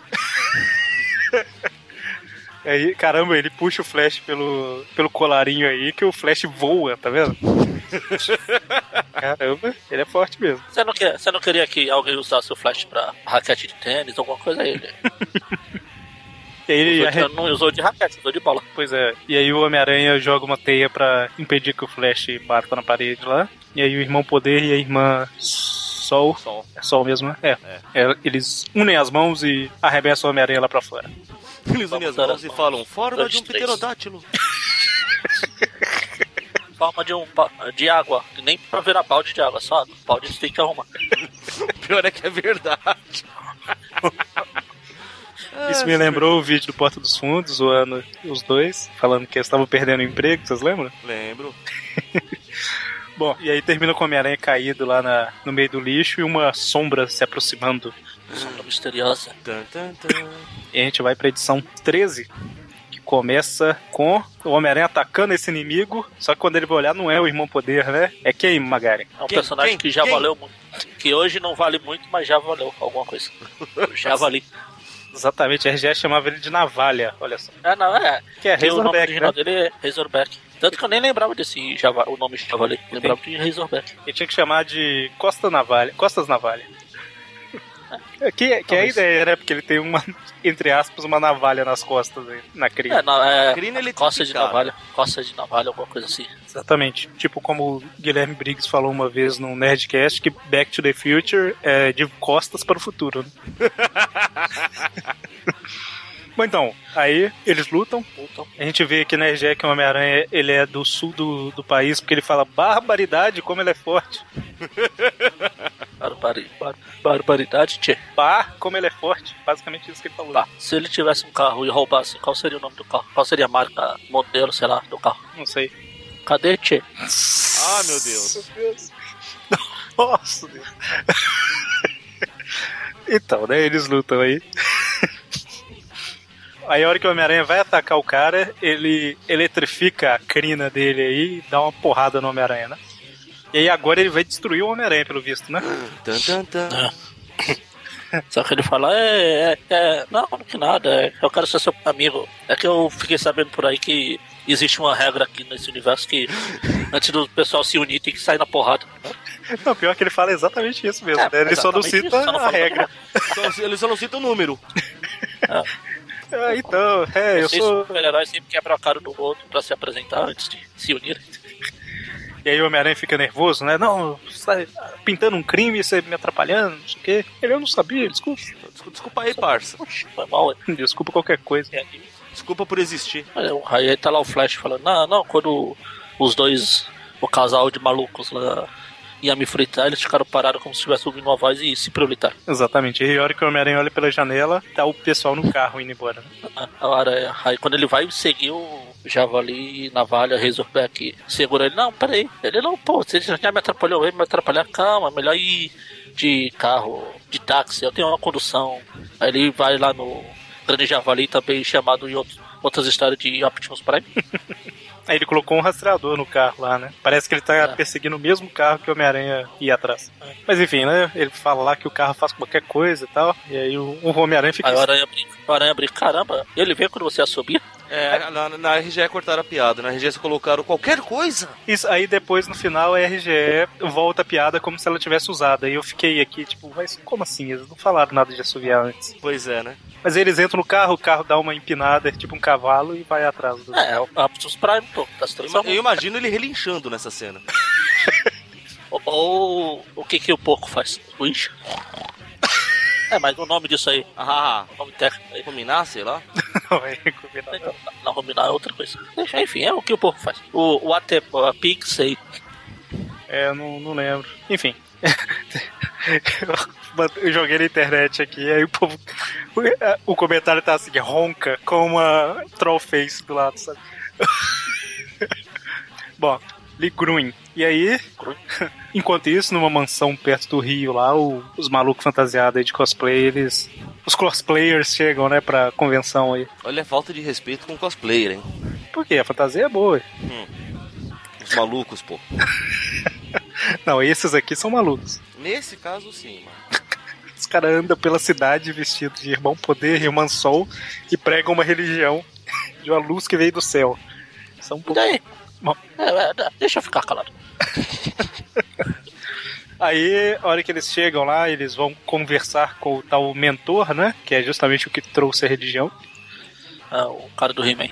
Aí, caramba, ele puxa o Flash pelo, pelo colarinho aí que o Flash voa, tá vendo? caramba, ele é forte mesmo.
Você não, quer, você não queria que alguém usasse o flash pra raquete de tênis, alguma coisa aí? Né?
E aí ele
Usou de-
arre-
não usou de raquete, usou de bola.
Pois é. E aí o Homem-Aranha joga uma teia pra impedir que o Flash bata na parede lá. E aí o irmão Poder e a irmã Sol.
Sol.
É Sol mesmo, né? É. É, Eles unem as mãos e arrebentam o Homem-Aranha lá pra fora.
Eles unem as
botar
mãos
as
e
mãos.
falam: forma
Dois,
de um
três.
pterodátilo.
Forma de um ba- de água, nem pra virar balde de água, só água. balde eles têm que arrumar.
Pior é que é verdade.
Isso me lembrou o vídeo do Porta dos Fundos, zoando os dois, falando que eles estavam perdendo o emprego, vocês lembram?
Lembro.
Bom, e aí termina com o Homem-Aranha caído lá na- no meio do lixo e uma sombra se aproximando.
Sombra misteriosa.
Tan, tan, tan.
E a gente vai pra edição 13, que começa com o Homem-Aranha atacando esse inimigo. Só que quando ele vai olhar, não é o Irmão Poder, né? É quem, Magari?
É um
Quem?
personagem
Quem?
que já
Quem?
valeu muito. Que hoje não vale muito, mas já valeu alguma coisa. Já vali.
Exatamente, a RGE chamava ele de Navalha, olha só.
É, não, é.
Que é
Tem o nome
Razorback, né?
original dele é Razorback. Tanto que eu nem lembrava desse Java, o nome Javali. Lembrava de Razorback.
Ele tinha que chamar de Costa Navalha, Costas Navalha. Que, que é a
Talvez.
ideia, né? Porque ele tem uma, entre aspas, uma navalha nas costas aí, na cria.
É, não, é.
Crina ele tá
Costa de
cara.
navalha. Costa de navalha, alguma coisa assim.
Exatamente. Tipo como o Guilherme Briggs falou uma vez no Nerdcast, que Back to the Future é de costas para o futuro. Né? Bom, então, aí eles lutam.
Então,
A gente vê aqui na RG que o Homem-Aranha ele é do sul do, do país, porque ele fala barbaridade, como ele é forte.
barbari, bar- barbaridade, tchê.
Bar, como ele é forte. Basicamente isso que ele falou.
Tá. Se ele tivesse um carro e roubasse, qual seria o nome do carro? Qual seria a marca, modelo, sei lá, do carro?
Não sei.
Cadê, tchê?
Ah, meu Deus.
Nossa, Deus. então, né? Eles lutam aí. Aí a hora que o Homem-Aranha vai atacar o cara, ele eletrifica a crina dele aí e dá uma porrada no Homem-Aranha, né? E aí agora ele vai destruir o Homem-Aranha, pelo visto, né?
Tan, tan, tan.
Só que ele fala, é, é, é, não, que nada, é, eu quero ser seu amigo. É que eu fiquei sabendo por aí que existe uma regra aqui nesse universo que antes do pessoal se unir tem que sair na porrada. É,
Não, pior que ele fala exatamente isso mesmo, né? Ele só não
exatamente
cita
isso, só não
a
fala
regra.
Só- Ele só não cita o número.
Ah, então, é, eu
Vocês,
sou...
super-heróis, sempre quebram a cara do outro pra se apresentar antes de se unirem.
E aí o Homem-Aranha fica nervoso, né? Não, você tá pintando um crime, você me atrapalhando, não sei o quê. Ele, eu não sabia, desculpa.
Desculpa, desculpa aí, parça.
Oxi, foi mal.
Desculpa qualquer coisa.
é. E
Desculpa por existir.
Olha, o- Aí tá lá o Flash falando, não, não, quando os dois, o casal de malucos lá ia me fritar, eles ficaram parados como se estivesse ouvindo uma voz e se prioritar.
Exatamente. E a hora que o Homem-Aranha olha pela janela, tá o pessoal no carro indo embora. né?
Agora, aí quando ele vai seguir o Javali, Navalha, Razorback, segura ele, não, peraí, ele não, pô, você já me atrapalhou, ele me atrapalhar, calma, melhor ir de carro, de táxi, eu tenho uma condução. Aí ele vai lá no Grande Javali, também chamado em outro- outras histórias de Optimus Prime.
Aí ele colocou um rastreador no carro lá, né? Parece que ele tá
É.
perseguindo o mesmo carro que o Homem-Aranha ia atrás. Mas enfim, né? Ele fala lá que o carro faz qualquer coisa e tal. E aí o, o Homem-Aranha fica.
Aí o Aranha brinca, o Aranha brinca, caramba, ele vê quando você assobia.
É, na, na RGE cortaram a piada. Na RGE colocaram qualquer coisa.
Isso, aí depois, no final, a RGE volta a piada como se ela tivesse usada. E eu fiquei aqui, tipo, mas como assim? Eles não falaram nada de assoviar antes.
Pois é, né?
Mas eles entram no carro, o carro dá uma empinada, tipo um cavalo, e vai atrás do.
É, o Optimus Prime, pô, tá se
Eu,
transformando.
ima- eu imagino ele relinchando nessa cena.
Ou o que que o porco faz? Ui. É, mas o nome disso aí,
Ah,
o nome técnico aí.
combinar, sei lá.
Não, é combinado.
Então, Não combinar é outra coisa. Deixa, enfim, é o que o povo faz. O, o AT, a Pix aí.
É, eu não, não lembro. Enfim. Eu joguei na internet aqui, aí o povo. O comentário tá assim, ronca, com uma troll face do lado, sabe? Bom, Ligruin. E aí, enquanto isso, numa mansão perto do rio lá, o- os malucos fantasiados aí de cosplay, eles. Os cosplayers chegam, né, pra convenção aí.
Olha a falta de respeito com o cosplayer, hein?
Por quê? A fantasia é boa.
Os malucos, pô.
Não, esses aqui são malucos.
Nesse caso, sim, mano.
Os caras andam pela cidade vestidos de irmão poder, irmã sol e pregam uma religião de uma luz que veio do céu. São um
E
pouco...
daí?
Bom.
É, é, deixa eu ficar calado.
Aí, a hora que eles chegam lá, eles vão conversar com o tal mentor, né? Que é justamente o que trouxe a religião.
Ah, o cara do He-Man.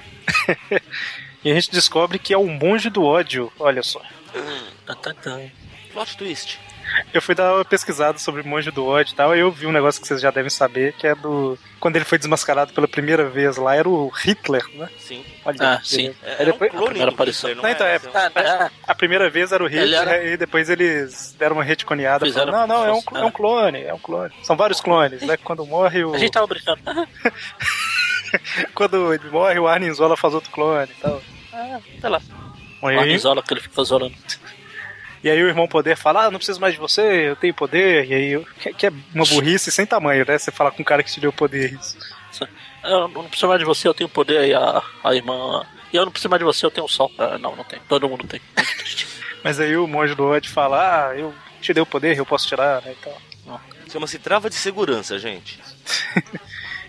E a gente descobre que é um monge do ódio. Olha só.
Tan, tan, É, tan.
Plot twist.
Eu fui dar uma pesquisada sobre monge do ódio e tal, e eu vi um negócio que vocês já devem saber, que é do. Quando ele foi desmascarado pela primeira vez lá, era o Hitler, né?
Sim.
Olha
Ah,
que
sim.
É,
Aí
era
depois-
um clone
a primeira
do
aparição.
Hitler,
Não, então, é-
era, assim,
Ah, ah,
A primeira vez era o Hitler
Ele era-
e depois eles deram uma retconeada.
Fizeram
falando, não, não, é um,
força, né?"
é um clone, é um clone. São vários clones, né? Quando morre o.
a gente tava brincando. né?
Quando ele morre, o Arnim Zola faz outro clone e tal.
Ah, sei lá.
E
O
aí,
Arnizola que ele fica isolando.
e aí o irmão poder fala, ah, não preciso mais de você, eu tenho poder, e aí eu- que, que é uma burrice sem tamanho, né? Você falar com um cara que te deu poder. isso.
Ah, Eu não preciso mais de você, eu tenho poder aí, a, a irmã. E eu não preciso mais de você, eu tenho sol. Ah, não, não tem. Todo mundo tem.
Mas aí o monge do ódio fala, ah, eu te dei o poder, eu posso tirar, né? Então,
Chama-se trava de segurança, gente.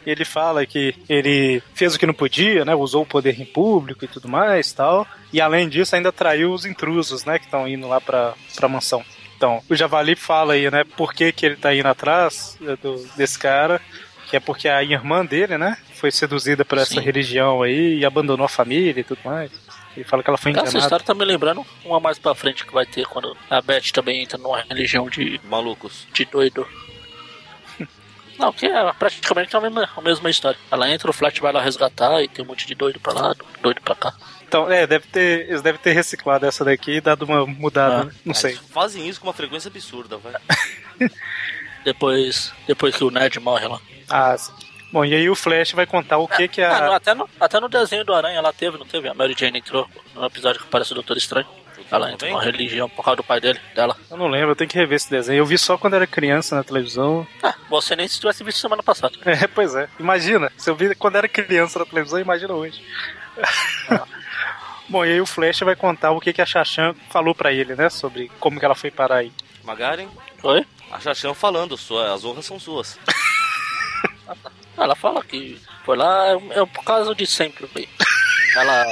E ele fala que ele fez o que não podia, né? Usou o poder em público e tudo mais tal. E além disso, ainda traiu os intrusos, né? Que estão indo lá pra, pra mansão. Então, o Javali fala aí, né? Por que, que ele tá indo atrás eh, do- desse cara. Que é porque a irmã dele, né? Foi seduzida por essa
Sim.
religião aí e abandonou a família e tudo mais. Ele fala que ela foi
Essa
enganada.
história tá me lembrando uma mais pra frente que vai ter quando a Beth também entra numa religião de,
Malucos.
de doido. Não, que é praticamente a mesma, a mesma história. Ela entra, o Flat vai lá resgatar e tem um monte de doido pra lá, doido pra cá.
Então, é, deve ter, eles devem ter reciclado essa daqui e dado uma mudada,
Ah,
né? Não
Ah,
sei.
eles Fazem isso com uma frequência absurda, vai.
Depois, depois que o Ned morre lá.
Ah, sim. Bom, e aí o Flash vai contar o que que a...
Ah, não, até, no, até no desenho do Aranha ela teve, não teve? A Mary Jane entrou num episódio que parece o Doutor Estranho. Ela entra numa religião por causa do pai dele, dela.
Eu não lembro, eu tenho que rever esse desenho. Eu vi só quando era criança na televisão.
Ah, você nem se tivesse visto semana passada.
É, pois é. Imagina, se eu vi quando era criança na televisão, imagina hoje. Bom, e aí o Flash vai contar o que, que a Xaxã falou pra ele, né? Sobre como que ela foi parar aí.
Magaren,
Oi?
a Xaxã falando, sua, as honras são suas.
Ela fala que foi lá, é um- é um caso de sempre. bem. Ela.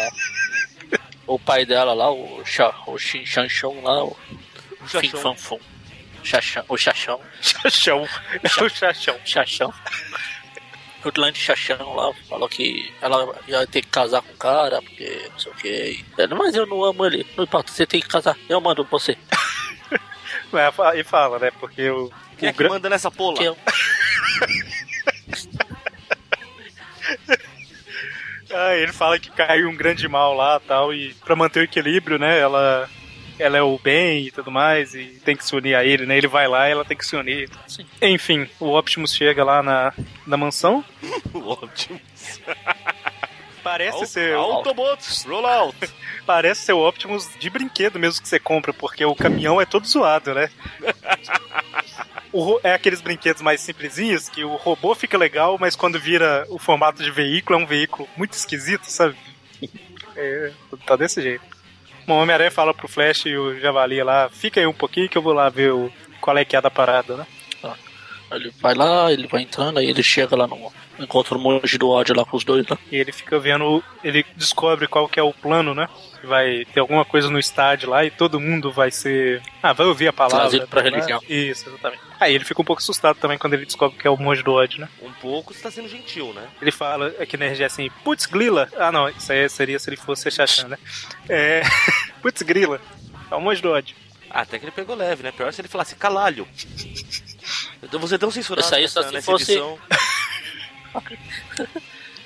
O pai dela lá, o, Xa, o Xin Shanchon lá, o
O
Fin
Xaxão,
Fan Fun. Xaxão, o Xaxão,
Xaxão. É o Xaxão.
Xaxão. O Land Xaxão lá falou que ela ia ter que casar com o cara, porque não sei o que. Mas eu não amo ele, não importa, você tem que casar, eu mando você.
É, fa- E fala, né? Porque o...
quem é
o
que
gran-
manda nessa pola?
Que eu-
Ah, ele fala que caiu um grande mal lá tal, e pra manter o equilíbrio, né, ela, ela é o bem e tudo mais, e tem que se unir a ele, né? Ele vai lá e ela tem que se unir.
Sim.
Enfim, o Optimus chega lá na, na mansão.
Ótimo.
Parece ser,
Autobots, roll out.
parece ser o Optimus de brinquedo mesmo que você compra, porque o caminhão é todo zoado, né? O ro- é aqueles brinquedos mais simplesinhos que o robô fica legal, mas quando vira o formato de veículo, é um veículo muito esquisito, sabe? É, tá desse jeito. Bom, o Homem-Aranha fala pro Flash e o Javali lá, fica aí um pouquinho que eu vou lá ver o, qual é que é da parada, né?
Ele vai lá, ele vai entrando, aí ele chega lá no. Encontra o monge do ódio lá com os dois, né?
E ele fica vendo, ele descobre qual que é o plano, né? Que Vai ter alguma coisa no estádio lá e todo mundo vai ser. Ah, vai ouvir a palavra.
Trazido pra
né?
religião.
Isso, exatamente. Aí ele fica um pouco assustado também quando ele descobre que é o monge do ódio, né?
Um pouco você tá sendo gentil, né?
Ele fala aqui na RG assim, putz, grila. Ah, não, isso aí seria se ele fosse Xaxã, né? É. putz, grila. É o monge do ódio.
Ah, Até que ele pegou leve, né? Pior se ele falasse calalho. Então você é tão censurado
Isso aí
nessa,
só se
nessa
fosse-
edição.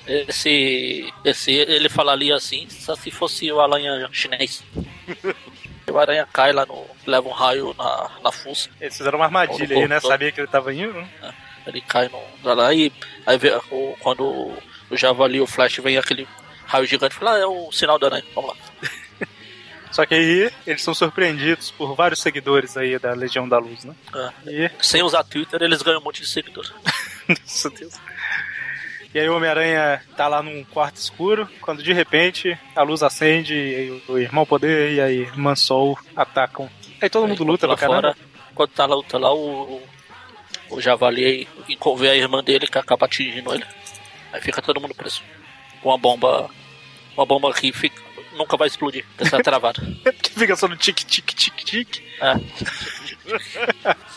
Esse, esse, ele falaria assim, só se fosse o aranha chinês. o aranha cai lá no. leva um raio na, na fuça,
Eles fizeram uma armadilha aí, né? Sabia que ele tava indo? né?
ele cai no. vai lá e. Aí vê, o- quando o Javali, o Flash, vem aquele raio gigante e fala, ah, é o sinal do aranha, vamos lá.
Só que aí eles são surpreendidos por vários seguidores aí da Legião da Luz, né?
Ah,
E,
Sem usar Twitter, eles ganham um monte de seguidor.
nossa Deus. E aí o Homem-Aranha tá lá num quarto escuro, quando de repente a luz acende e aí o- o Irmão Poder e a Irmã Sol atacam. Aí todo mundo
Aí,
luta pra
lá
caramba.
fora, Quando tá lá, luta lá, o, o- o Javali envolve a irmã dele que acaba atingindo ele. Aí fica todo mundo preso. Com uma bomba. Uma bomba que fica- nunca vai explodir, porque está travada.
Porque fica só no tic-tic-tic-tic.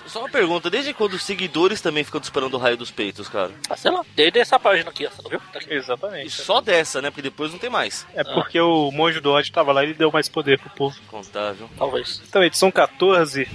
Só uma pergunta, desde quando os seguidores também ficam disparando o raio dos peitos, cara?
Ah, sei lá, desde essa página aqui, essa, não viu? Tá aqui.
E
Exatamente.
só dessa, né? Porque depois não tem mais.
É porque o monge do ódio tava lá e ele deu mais poder pro povo.
Contável.
Talvez.
Então, edição 14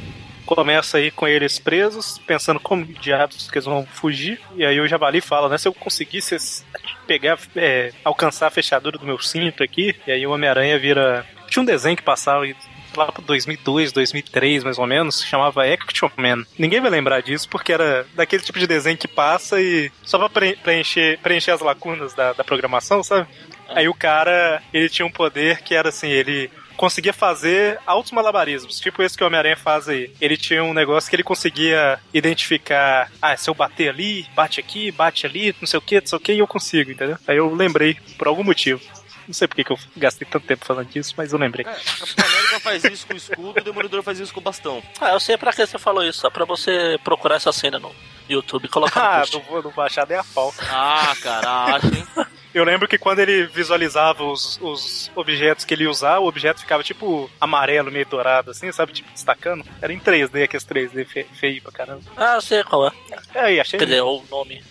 começa aí com eles presos, pensando como diabos que eles vão fugir. E aí o Javali fala, né? Se eu conseguisse es- pegar, é, alcançar a fechadura do meu cinto aqui, e aí o Homem-Aranha vira. Tinha um desenho que passava aí Lá pra 2002, 2003 mais ou menos, chamava Action Man. Ninguém vai lembrar disso porque era daquele tipo de desenho que passa e só pra preen- preencher, preencher as lacunas da- da programação, sabe? Aí o cara, ele tinha um poder que era assim, ele conseguia fazer altos malabarismos, tipo esse que o Homem-Aranha faz aí. Ele tinha um negócio que ele conseguia identificar, ah, se eu bater ali, bate aqui, bate ali, não sei o que, não sei o que, e eu consigo, entendeu? Aí eu lembrei, por algum motivo. Não sei porque que eu gastei tanto tempo falando disso, mas eu lembrei.
Cara, É, a Capitão América faz isso com o escudo e o Demolidor faz isso com o bastão.
Ah, eu sei pra que você falou isso, só pra você procurar essa cena no YouTube e colocar
Ah,
no post.
não vou, não vou achar nem a pau.
Ah, caraca, hein?
Eu lembro que quando ele visualizava os, os objetos que ele ia usar, o objeto ficava tipo amarelo, meio dourado, assim, sabe? Tipo, destacando. Era em 3D, aqueles 3D fe- feio pra caramba.
Ah, eu sei qual é.
É, aí, achei.
Quer dizer, o nome.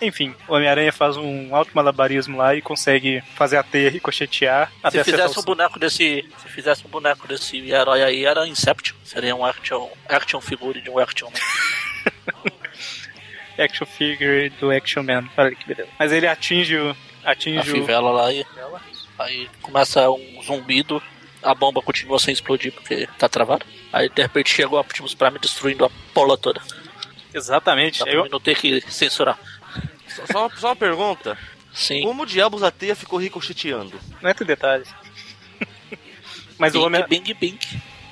Enfim, o Homem-Aranha faz um alto malabarismo lá e consegue fazer a teia ricochetear até
Se
acertar
fizesse
o
um boneco desse. Se fizesse um boneco desse herói aí, era Inception. Seria um action, action figure de um action.
action figure do Action Man. Olha que beleza. Mas ele atinge o.
a
Atinge o.
fivela lá e aí começa um zumbido, a bomba continua sem explodir porque tá travada. Aí de repente chega o Optimus Prime destruindo a pola toda.
Exatamente.
Dá pra
Eu-
mim não ter que censurar.
Só, só uma, só uma pergunta.
Sim.
Como diabos a teia ficou ricocheteando?
Não entra em detalhes. Mas o, Homem,
Bing, bing, bing.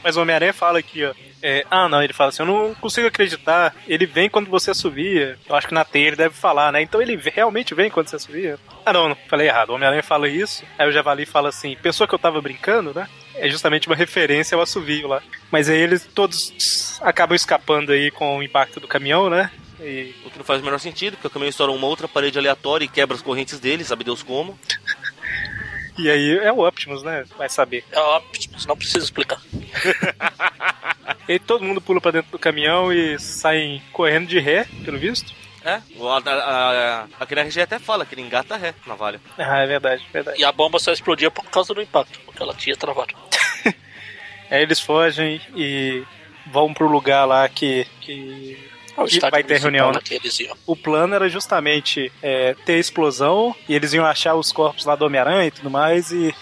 mas o Homem-Aranha fala aqui, ó. é, ah, não, ele fala assim: eu não consigo acreditar. Ele vem quando você subia. Eu acho que na teia ele deve falar, né? Então ele realmente vem quando você subia. Ah, não, não, falei errado. O Homem-Aranha fala isso. Aí o Javali fala assim: pessoa que eu tava brincando, né? É justamente uma referência ao assovio lá. Mas aí eles todos tss, acabam escapando aí com o impacto do caminhão, né? E
O que não faz o menor sentido, porque o caminhão estoura uma outra parede aleatória e quebra as correntes dele, sabe Deus como.
E aí é o Optimus, né? Vai saber.
É o Optimus, não precisa explicar.
E aí todo mundo pula pra dentro do caminhão e saem correndo de ré, pelo visto.
É, o- a, a, a, aqui na RG até fala que ele engata ré na valha.
Ah, é verdade, verdade.
E a bomba só explodia por causa do impacto, porque ela tinha travado.
Aí eles fogem e vão pro lugar lá que. que...
Ah, o
E
estádio
vai ter
municipal
reunião,
lá
né?
que eles iam.
O plano era justamente é, ter a explosão e eles iam achar os corpos lá do Homem-Aranha e tudo mais e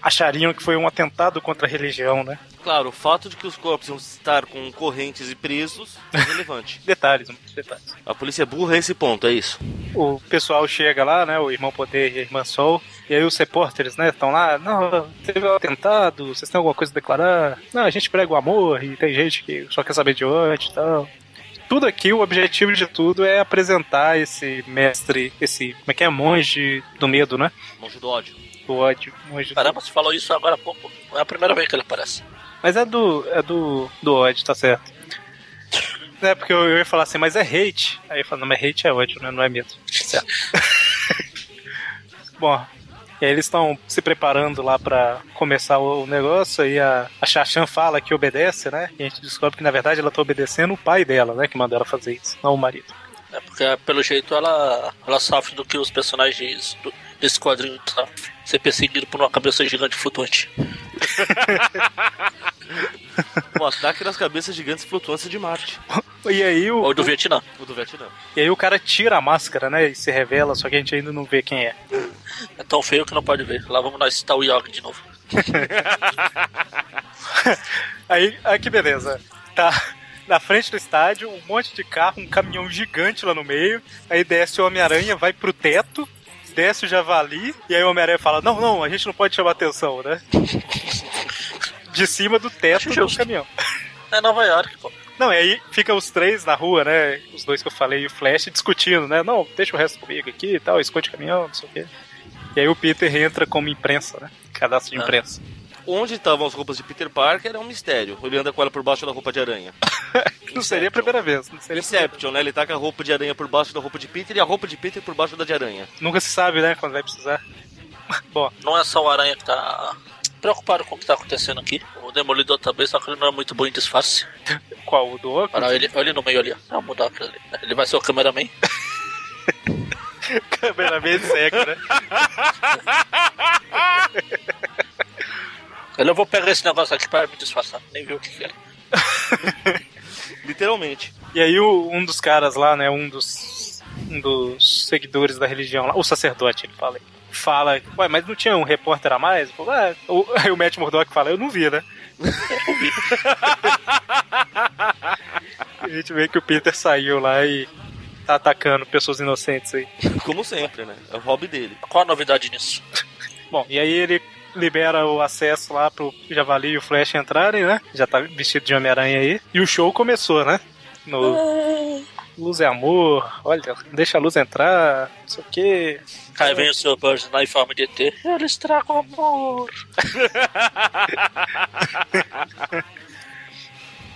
achariam que foi um atentado contra a religião, né?
Claro, o fato de que os corpos iam estar com correntes e presos é relevante.
Detalhes, muitos detalhes.
A polícia é burra a esse ponto, é isso.
O pessoal chega lá, né? O Irmão Poder e a Irmã Sol. E aí os repórteres, né? Estão lá. Não, teve um atentado. Vocês têm alguma coisa a declarar? Não, a gente prega o amor e tem gente que só quer saber de onde e tal. Tudo aqui, o objetivo de tudo é apresentar esse mestre, esse, como é que é? Monge do medo, né?
Monge do ódio.
Do ódio. Monge do-
Caramba, você falou isso agora há pouco. É a primeira vez que ele aparece.
Mas é do, é do, do ódio, tá certo. É, porque eu, eu ia falar assim, mas é hate. Aí eu falo, não, mas hate é ódio, né? Não é medo. Certo. Bom, e aí eles estão se preparando lá pra começar o, o negócio. Aí a, a Xaxã fala que obedece, né? E a gente descobre que na verdade ela tá obedecendo o pai dela, né? Que mandou ela fazer isso, não o marido.
É porque, pelo jeito, ela, ela sofre do que os personagens do- desse quadrinho sofrem. Ser perseguido por uma cabeça gigante flutuante.
O ataque das cabeças gigantes flutuantes de Marte.
E aí o,
Ou do Vietnã.
O do Vietnã.
e aí o cara tira a máscara, né? E se revela, só que a gente ainda não vê quem é.
É tão feio que não pode ver. Lá vamos nós citar o York de novo.
Aí, aí que beleza. Tá na frente do estádio, um monte de carro, um caminhão gigante lá no meio. Aí desce o Homem-Aranha, vai pro teto, desce o Javali, e aí o Homem-Aranha fala: Não, não, a gente não pode chamar atenção, né? De cima do teto
Acho
do
justo.
caminhão.
É Nova York, pô.
Não, e aí fica os três na rua, né? Os dois que eu falei e o Flash discutindo, né? Não, deixa o resto comigo aqui e tal, esconde o caminhão, não sei o quê. E aí o Peter entra como imprensa, né? Cadastro de
Ah.
imprensa.
Onde estavam as roupas de Peter Parker é um mistério. Ele anda com ela por baixo da roupa de aranha.
Não seria a primeira vez, não seria a primeira
Inception, né? Ele tá com a roupa de aranha por baixo da roupa de Peter e a roupa de Peter por baixo da de aranha.
Nunca se sabe, né, quando vai precisar. Bom,
Não é só o Aranha que tá preocupado com o que tá acontecendo aqui. O Demolidor também, só que ele não é muito bom em disfarce.
qual o do Oco?
Olha lá, ele, olha ele no meio ali, ó. Não, mudar pra ele. Ele vai ser o cameraman.
Câmera meio cego, né?
Ele, eu vou pegar esse negócio aqui pra me disfarçar. Nem viu o que que é.
Literalmente.
E aí o- um dos caras lá, né, um dos um dos seguidores da religião lá, o sacerdote, ele fala, fala, ué, mas não tinha um repórter a mais? Fala, "Ah", o- aí o Matt Murdock fala, eu não vi, né? a gente vê que o Peter saiu lá e tá atacando pessoas inocentes aí.
Como sempre, né? É o hobby dele.
Qual a novidade nisso?
Bom, e aí ele libera o acesso lá pro Javali e o Flash entrarem, né? Já tá vestido de Homem-Aranha aí. E o show começou, né? No Luz é Amor, olha, deixa a luz entrar, não sei o quê.
Aí vem o seu Burns lá em forma de ET. Eles tragam amor.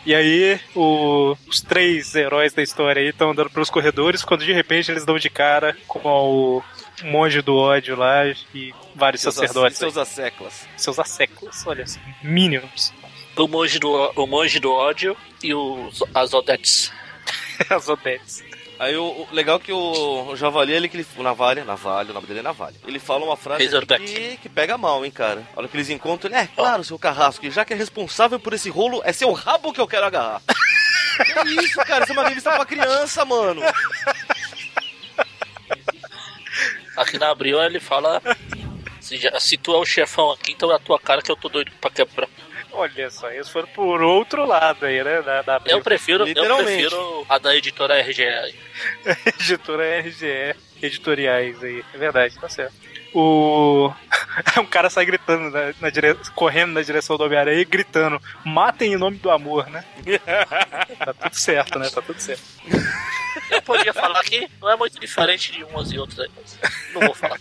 E aí o- os três heróis da história aí estão andando pelos corredores, quando de repente eles dão de cara com o monge do ódio lá e vários
Seus ac-
sacerdotes, aí.
Seus asseclas.
seus asseclas, olha, assim, minions.
O monge do, o monge do ódio e os, as Odettes.
As Odetes.
Aí o, o legal que o, o Javali, ele que ele, o Navalha, Navalha, o nome dele é Navalha. Ele fala uma frase
Razorback.
que, que pega mal, hein, cara. A hora que eles encontram, ele é claro, seu carrasco, e já que é responsável por esse rolo, é seu rabo que eu quero agarrar. que isso, cara? Isso é uma revista pra criança, mano.
Aqui na Abril ele fala: se, já- se tu é o chefão aqui, então é a tua cara que eu tô doido pra quebrar.
Olha só, eles foram por outro lado aí, né? Da, da
Eu prefiro, eu
Literalmente.
prefiro a da editora RGE.
editora RGE, editoriais aí. É verdade, tá certo. O. um cara sai gritando, na, na dire... correndo na direção do Homem-Aranha e gritando: matem em nome do amor, né? tá tudo certo, né? Tá tudo certo.
Eu poderia falar que não é muito diferente de umas e outras aí, mas não vou falar.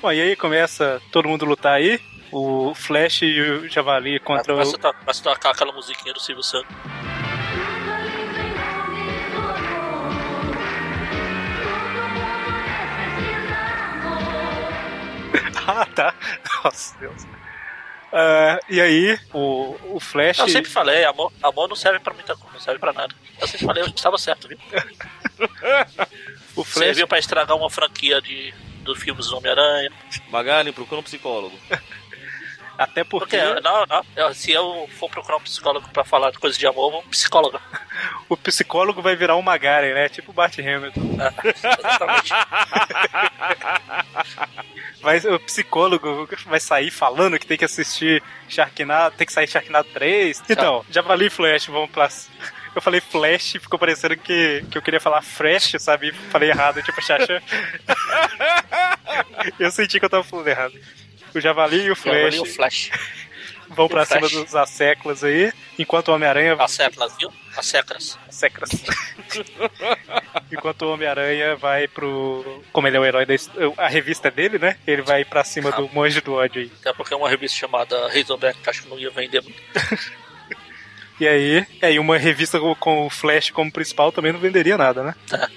Bom, e aí começa todo mundo lutar aí. O Flash e o Javali contra
Mas
o.
tu tá- mas tu tocar aquela musiquinha do Silvio Santos.
Ah, tá. Nossa Deus. Ah, e aí, o, o Flash.
Eu sempre falei, amor, amor não serve pra muita coisa, não serve pra nada. Eu sempre falei, eu estava certo, viu?
O Flash
Serviu pra estragar uma franquia de, dos filmes do Homem-Aranha.
Magali, procura um psicólogo.
até porque.
Porque, é, não, não, eu- se eu for procurar um psicólogo pra falar de coisa de amor, eu vou um psicólogo.
o psicólogo vai virar um Magaren, né? Tipo o Bart Hamilton.
Exatamente.
Vai, o psicólogo vai sair falando que tem que assistir Sharknado, tem que sair Sharknado 3. Então, já falei Flash, vamos pra... Eu falei Flash, ficou parecendo que, que eu queria falar Fresh, sabe? Falei errado, tipo Xaxa. eu senti que eu tava falando errado. O Javali e o
Eu
Flash
olhei o Flash.
vão pra
o Flash.
cima dos asseclas aí, enquanto o Homem-Aranha
As seclas, viu? As seclas.
Secras. Enquanto o Homem-Aranha vai pro. Como ele é o herói da his- a revista dele, né? Ele vai pra cima do Monge do ódio aí.
Até porque é uma revista chamada Razorback, que acho que não ia vender muito.
E aí, é, e aí uma revista com- com o Flash como principal também não venderia nada, né?
Tá.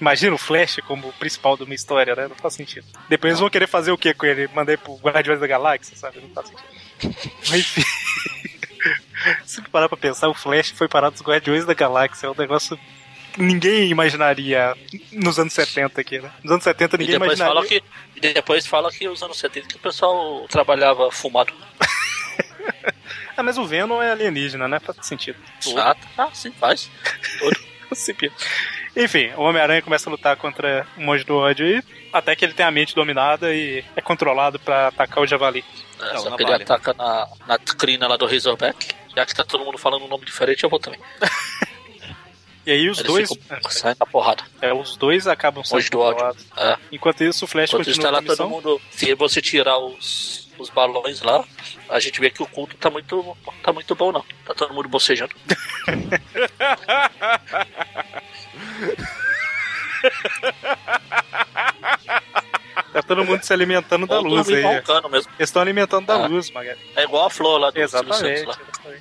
Imagina o Flash como o principal de uma história, né? Não faz sentido. Depois eles vão querer fazer o que com ele? Mandar ele pro Guardiões da Galáxia, sabe? Não faz sentido. Mas enfim. Se parar pra pensar, o Flash foi parar dos Guardiões da Galáxia. É um negócio que ninguém imaginaria nos anos 70 aqui, né? Nos anos 70
E
ninguém
depois,
imaginaria.
fala que, e depois fala que os anos 70 que o pessoal trabalhava fumado.
ah, mas o Venom é alienígena, né? Faz sentido.
Ah, tá, sim, faz.
Simples. Enfim, o Homem-Aranha começa a lutar contra o Monge do Ódio e até que ele tem a mente dominada e é controlado pra atacar o Javali.
É,
Não,
só
na
que ele
Vale.
ataca na, na crina lá do Razorback. Já que tá todo mundo falando um nome diferente, eu vou também.
E aí os
Eles
dois,
ficam- saem na porrada.
é, os dois acabam sendo
Monge do Ódio.
controlados.
É.
Enquanto isso, o Flash
Enquanto está
continua
lá
a
todo
missão.
mundo. Se você tirar os, os balões lá, a gente vê que o culto tá muito. tá muito bom não. Tá todo mundo bocejando.
Tá todo mundo se alimentando da
Ou
luz
dormindo
aí. é.
igual um cano mesmo.
Eles estão alimentando da
Ah.
luz, Magali.
É igual a flor lá do Silvio
Exatamente.
Santos lá.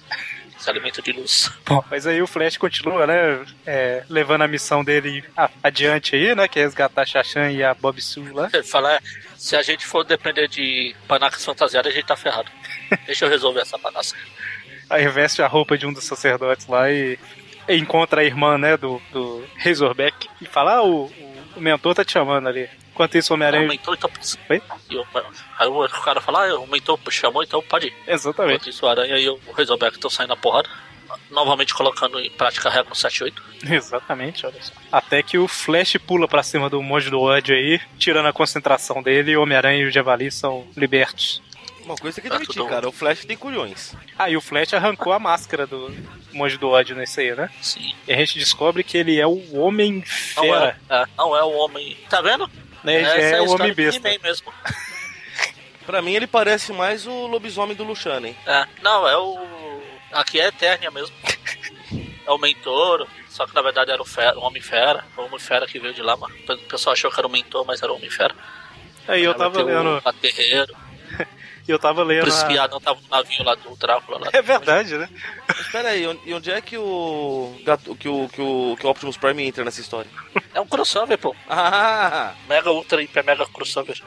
Se alimenta de luz.
Bom, mas aí o Flash continua, né? é, levando a missão dele a- adiante aí, né? Que é resgatar a Shashan e a Bob Sue lá.
Ele fala, "É, se a gente for depender de panacas fantasiadas, a gente tá ferrado. Deixa eu resolver essa panaca.
Aí veste a roupa de um dos sacerdotes lá e e encontra a irmã, né, do, do Razorback e fala, ah, o, o- o mentor tá te chamando ali. Enquanto isso, o Homem-Aranha...
Aumentou, então.
Oi?
E eu- aí o cara fala, ah, aumentou, chamou, então pode ir.
Exatamente.
Enquanto isso, o Aranha e o Razorback estão saindo na porrada. Novamente colocando em prática a regra no 7-8.
Exatamente, olha só. Até que o Flash pula pra cima do monge do ódio aí, tirando a concentração dele, e o Homem-Aranha e o Javali são libertos.
Uma coisa que
Tá
admitir,
tudo-
cara, o Flash tem culhões.
Aí o Flash arrancou a máscara do monge do ódio nesse aí, né?
Sim.
E a gente descobre que ele é o Homem
Não é,
Fera.
é, não é o homem. Tá vendo?
Né? Ele
Essa
é,
a
o
história
Homem
do
Besta.
He-Man mesmo.
Pra mim ele parece mais o lobisomem do Luciano, hein?
É, não, é o. Aqui é Eternia mesmo. é o mentor, só que na verdade era o, fera, o Homem Fera. O Homem Fera que veio de lá, mano. O pessoal achou que era o mentor, mas era o Homem Fera.
Aí eu
Ela
tava
tem um
lendo,
O aterreiro,
eu tava
o
lendo... a-
príncipe Adam tava no navio lá do Drácula. Lá.
É verdade, né?
Mas pera aí, on- e onde é que o, gato- que o que o que o Optimus Prime entra nessa história?
É um crossover, pô.
Ah!
Mega Ultra Hiper Mega Crossover.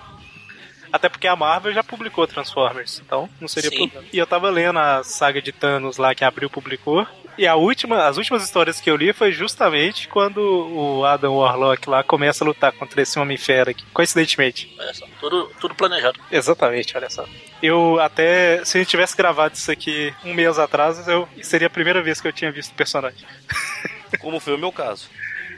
Até porque a Marvel já publicou Transformers, então não seria
Sim.
problema. E eu tava lendo a saga de Thanos lá que abriu publicou. E a última, as últimas histórias que eu li foi justamente quando o Adam Warlock lá começa a lutar contra esse homem fera aqui, coincidentemente.
Olha É só, tudo, tudo planejado.
Exatamente, olha só. Eu até, se eu tivesse gravado isso aqui um mês atrás, eu seria a primeira vez que eu tinha visto o personagem.
Como foi o meu caso.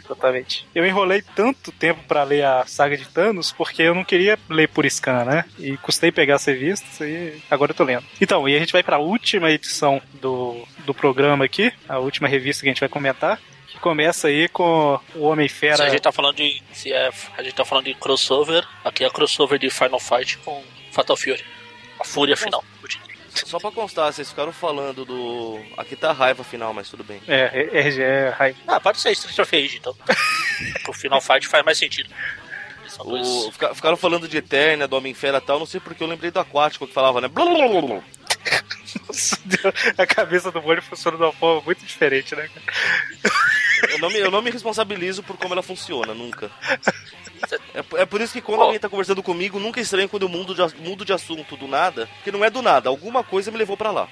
Exatamente. Eu enrolei tanto tempo pra ler a saga de Thanos porque eu não queria ler por scan, né? E custei pegar as revistas e agora eu tô lendo. Então, e a gente vai pra última edição do, do programa aqui, a última revista que a gente vai comentar, que começa aí com o
Se a
Homem-Fera.
gente tá falando de. Se é, a gente tá falando de crossover, aqui é crossover de Final Fight com Fatal Fury. é A fúria final.
Só pra constar, vocês ficaram falando do. Aqui tá a raiva final, mas tudo bem.
É, RGE, raiva.
Ah, pode ser Street of Rage, então. o Final Fight faz mais sentido. São dois.
O- fica- ficaram falando de Eterna, do Homem-Fera e tal, não sei porque eu lembrei do Aquático que falava, né? Blum, blum, blum, blum.
A cabeça do Mônio funciona de uma forma muito diferente, né? cara?
Eu não, me, eu não me responsabilizo por como ela funciona, nunca. É, por- é por isso que quando
Ó.
alguém tá conversando comigo, nunca é estranho quando eu mudo de, ass- mudo de assunto do nada, porque não é do nada, alguma coisa me levou pra lá.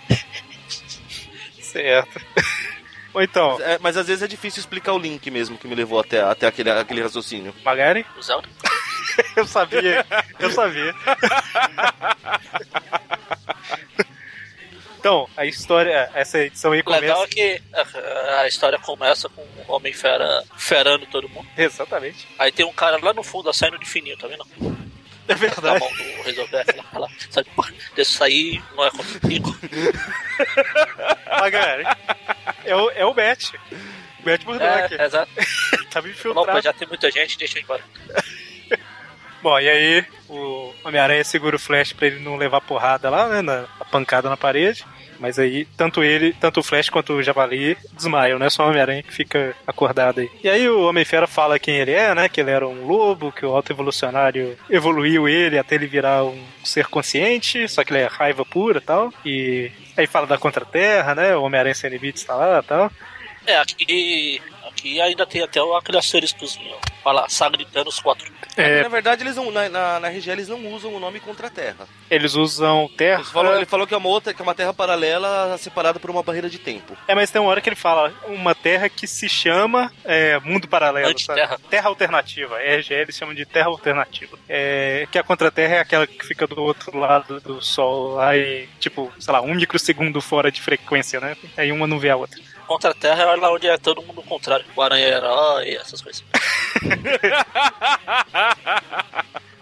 Certo. Ou então,
É, mas às vezes é difícil explicar o link mesmo que me levou até, até aquele, aquele raciocínio.
Magari?
O Zelda.
Eu sabia, eu sabia. Então, a história, essa edição aí
O legal
começa.
é que ah, a, a história começa com o Homem Fera ferando todo mundo.
Exatamente.
Aí tem um cara lá no fundo, ó, saindo de fininho, tá vendo?
É
Na
verdade.
mão do Razorback lá, lá. Sabe, pô, deixa eu sair, não é contra o Pico.
Magari. É o, é o Matt. O Matt Murdock.
É, exato.
Tá me
Opa,
infiltrado.
já tem muita gente, deixa eu ir embora.
Bom, e aí o Homem-Aranha segura o Flash pra ele não levar porrada lá, né? Na, a pancada na parede. Mas aí, tanto ele, tanto o Flash quanto o Javali desmaiam, né? Só o Homem-Aranha que fica acordado aí. E aí o Homem-Fera fala quem ele é, né? Que ele era um lobo, que o auto-evolucionário evoluiu ele até ele virar um ser consciente, só que ele é raiva pura e tal. E aí fala da Contra-Terra, né? O Homem-Aranha Sem Limites tá lá e tal.
É, aqui, aqui ainda tem até o- aquele asteriscozinho. ó. Fala, Saga de Thanos 4.
Mas,
É,
Na verdade, eles não, na, na, na RG eles não usam o nome contra a Terra.
eles usam terra.
Ele falou, ele falou que é uma outra, que é uma Terra paralela separada por uma barreira de tempo.
É, mas tem uma hora que ele fala uma terra que se chama é, Mundo Paralelo,
Antiterra.
sabe? Terra Alternativa. RGE eles chamam de Terra Alternativa. É, que a Contra-Terra é aquela que fica do outro lado do Sol lá e, tipo, sei lá, um microsegundo fora de frequência, né? Aí uma não vê a outra.
Contra a Terra é lá onde é todo mundo contrário. O Aranha é herói, essas coisas.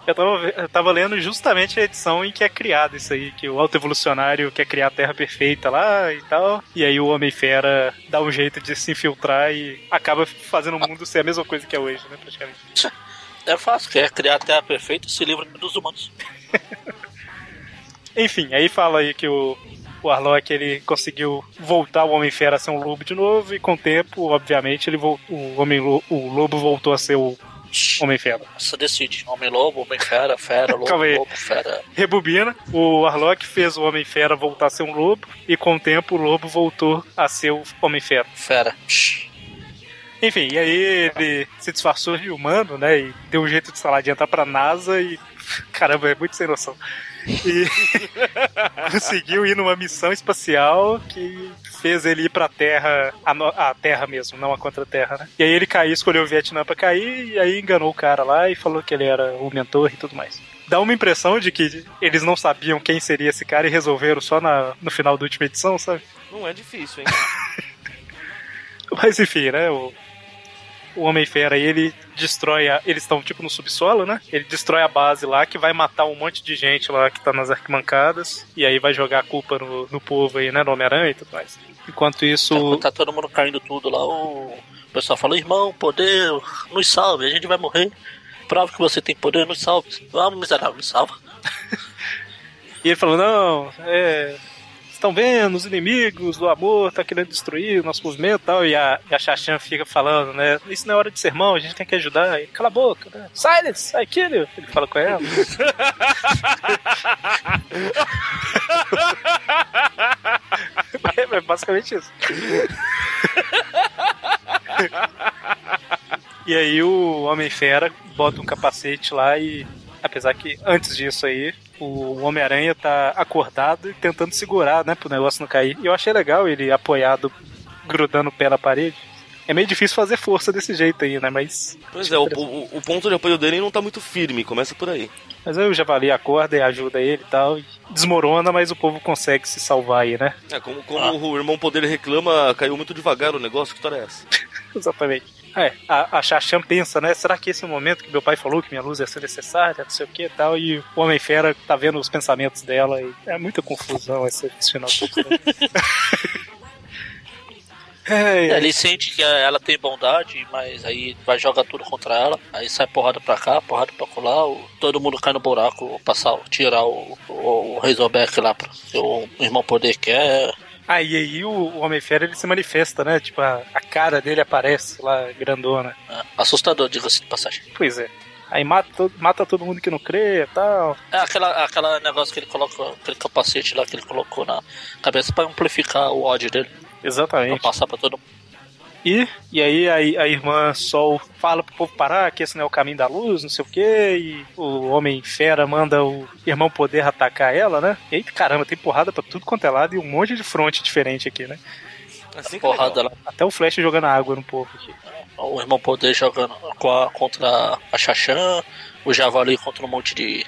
Eu tava, ve- eu tava lendo justamente a edição em que é criado isso aí, que o autoevolucionário quer criar a Terra Perfeita lá e tal, e aí o Homem-Fera dá um jeito de se infiltrar e acaba fazendo o mundo ser a mesma coisa que é hoje, né, praticamente.
É fácil, quer criar a Terra perfeita se livra dos humanos.
Enfim, aí fala aí que o, o Arlok ele conseguiu voltar o Homem-Fera a ser um lobo de novo, e com o tempo, obviamente, ele vol- o, homem -lo o lobo voltou a ser o Homem-Fera.
Você decide, Homem-Lobo, Homem-Fera, Fera, Lobo,
Calma aí.
Lobo, Fera.
Rebobina, o Arlok fez o Homem-Fera voltar a ser um lobo, e com o tempo o lobo voltou a ser o Homem-Fera.
Fera.
Enfim, e aí ele se disfarçou de humano, né? E deu um jeito de, sei lá, de entrar pra NASA e. Caramba, é muito sem noção. E conseguiu ir numa missão espacial que fez ele ir pra Terra, a, no- a Terra mesmo, não a Contra-Terra, né? E aí ele caiu, escolheu o Vietnã pra cair, e aí enganou o cara lá e falou que ele era o mentor e tudo mais. Dá uma impressão de que eles não sabiam quem seria esse cara e resolveram só na, no final da última edição, sabe?
Não é difícil, hein?
Mas enfim, né? O, o Homem-Fera aí, ele destrói a. Eles estão tipo no subsolo, né? Ele destrói a base lá, que vai matar um monte de gente lá que tá nas arquibancadas. E aí vai jogar a culpa no, no povo aí, né? No Homem-Aranha e tudo mais. Enquanto isso.
Quando Tá todo mundo caindo tudo lá. O pessoal fala, irmão, poder, nos salve, a gente vai morrer. Prova que você tem poder, nos salve. Vamos, miserável, nos salva.
E ele falou, não, é. Estão vendo, os inimigos do amor tá querendo destruir o nosso movimento e tal. E a, e a Xaxã fica falando, né? Isso não é hora de sermão, a gente tem que ajudar. E, Cala a boca, né? Silence, I kill you. Ele fala com ela. é, é basicamente isso. e aí o Homem-Fera bota um capacete lá e. Apesar que antes disso aí, o Homem-Aranha tá acordado e tentando segurar, né, pro negócio não cair. E eu achei legal ele apoiado, grudando o pé na parede. É meio difícil fazer força desse jeito aí, né? Mas,
Pois é, o, o, o ponto de apoio dele não tá muito firme, começa por aí.
mas aí o Javali acorda e ajuda ele e tal. E desmorona, mas o povo consegue se salvar aí, né?
É, como, como
Ah.
o irmão poder reclama, caiu muito devagar o negócio, que história é essa?
Exatamente. É, a, a Shashan pensa, né? Será que esse é o momento que meu pai falou que minha luz ia ser necessária, não sei o que e tal, e o Homem-Fera tá vendo os pensamentos dela e é muita confusão esse, esse final. todo, né? É, é.
Ele sente que ela tem bondade, mas aí vai jogar tudo contra ela. Aí sai porrada pra cá, porrada pra colar. o- todo mundo cai no buraco, passar, o- tirar o, o, o Razorback lá, pra- que o irmão poder é, quer.
Ah, e aí o, o Homem-Fera ele se manifesta, né? Tipo, a, a cara dele aparece lá, grandona.
né? Assustador, diga-se de passagem.
Pois é. Aí mata, todo- mata todo mundo que não crê e tal.
É aquela, aquela negócio que ele coloca, aquele capacete lá que ele colocou na cabeça pra amplificar o ódio dele, pra
Exatamente.
passar pra todo mundo.
E, e aí a, a irmã Sol fala pro povo parar que esse não é o caminho da luz, não sei o quê. E o Homem Fera manda o irmão poder atacar ela, né? Eita caramba, tem porrada pra tudo quanto é lado e um monte de fronte diferente aqui, né?
Assim que é
Porrada
legal.
lá.
Até o Flash jogando água no povo aqui.
O irmão poder jogando com a- contra a Xaxã, o Javali contra um monte de.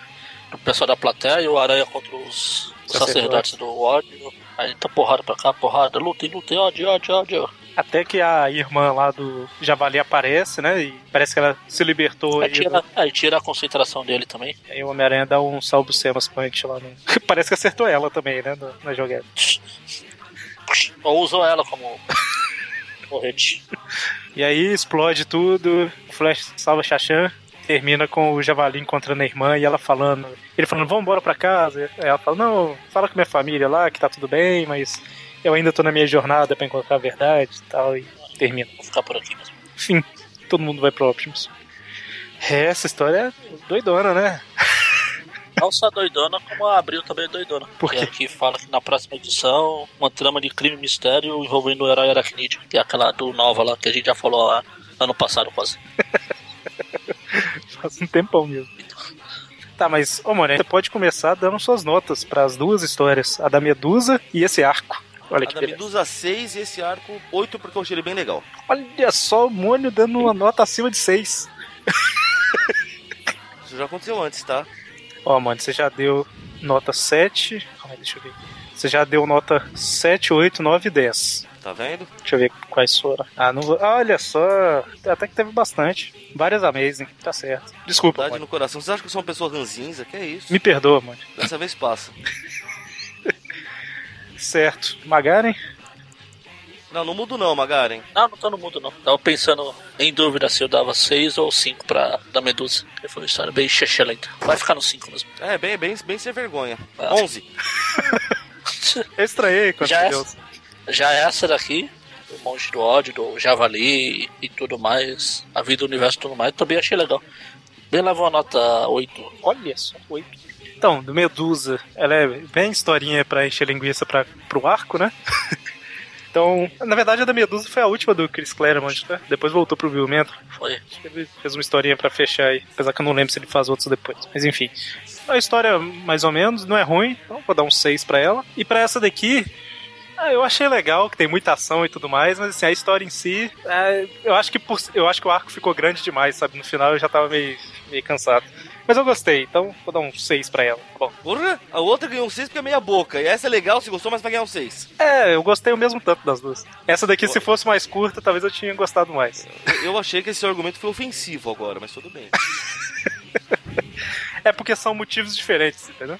O pessoal da plateia e o Aranha contra os
Sacerdotes.
sacerdotes do ódio. Aí tá porrada pra cá, porrada, lutem, lutem, ódio, ódio, ódio.
Até que a irmã lá do Javali aparece, né? E parece que ela se libertou aí.
Aí
do-
É tira, aí tira a concentração dele também.
Aí o Homem-Aranha dá um salvo Semas Punch lá no. Parece que acertou ela também, né? Na, na jogada.
Ou usou ela como correte.
E aí explode tudo, o Flash salva a Shashan, termina com o Javali encontrando a irmã e ela falando. Ele falando, vamos embora pra casa. Aí ela fala, não, fala com minha família lá que tá tudo bem, mas eu ainda tô na minha jornada pra encontrar a verdade e tal. E termina.
Vou ficar por aqui mesmo.
Fim. Todo mundo vai pro Optimus. É, essa história é doidona, né?
Não só doidona, como a Abril também é doidona.
Por quê?
E aqui fala que na próxima edição, uma trama de crime e mistério envolvendo o herói Aracnídeo, que é aquela do Nova lá, que a gente já falou lá ano passado quase.
Faz um tempão mesmo. Tá, mas, ô Moreno, você pode começar dando suas notas para as duas histórias, a da Medusa e esse arco. Olha
a
que
da
beleza.
Medusa 6 e esse arco 8 porque eu achei ele bem legal.
Olha só o Mônio dando uma nota acima de 6.
Isso já aconteceu antes, tá?
Ó, mano, você já deu nota 7. Calma aí, deixa eu ver. Você já deu nota 7, 8, 9 e 10.
Tá vendo?
Deixa eu ver quais foram. Ah, não vou. Olha só. Até que teve bastante. Várias amazing. Tá certo. Desculpa,
Verdade
mano.
no coração. Vocês acham que eu sou uma pessoa ranzinza? Que é isso?
Me perdoa, mano.
Dessa vez passa.
Certo. Magaren?
Não, não mudo não, Magaren.
Não, não tô no mundo não. Tava pensando em dúvida se eu dava 6 ou 5 pra da Medusa. Porque foi uma história bem excelente. Vai ficar no 5 mesmo.
É, bem, bem, bem sem vergonha.
Ah.
11.
Eu estranhei quando
Já
você
é?
deu.
Já essa daqui, do Monge do Ódio, do Javali e tudo mais, a vida do universo e tudo mais, também achei legal. Bem levou a nota 8.
Olha só. 8. Então, do Medusa, ela é bem historinha pra encher linguiça pra, pro arco, né? então, na verdade, a da Medusa foi a última do Chris Claremont, né? Depois voltou pro Vilmento.
Foi.
Ele fez uma historinha pra fechar aí, apesar que eu não lembro se ele faz outros depois. Mas enfim. A história, mais ou menos, não é ruim, então vou dar um 6 pra ela. E pra essa daqui, ah, eu achei legal, que tem muita ação e tudo mais, mas assim, a história em si, ah, eu acho que por- eu acho que o arco ficou grande demais, sabe? No final eu já tava meio, meio cansado. Mas eu gostei, então vou dar um 6 pra ela. Bom,
Porra, a outra ganhou um 6 porque é meia boca. E essa é legal, se gostou, mas vai ganhar um 6.
é, eu gostei o mesmo tanto das duas. Essa daqui, se
Boa.
fosse mais curta, talvez eu tinha gostado mais.
Eu achei que esse argumento foi ofensivo agora, mas tudo bem.
É porque são motivos diferentes, entendeu?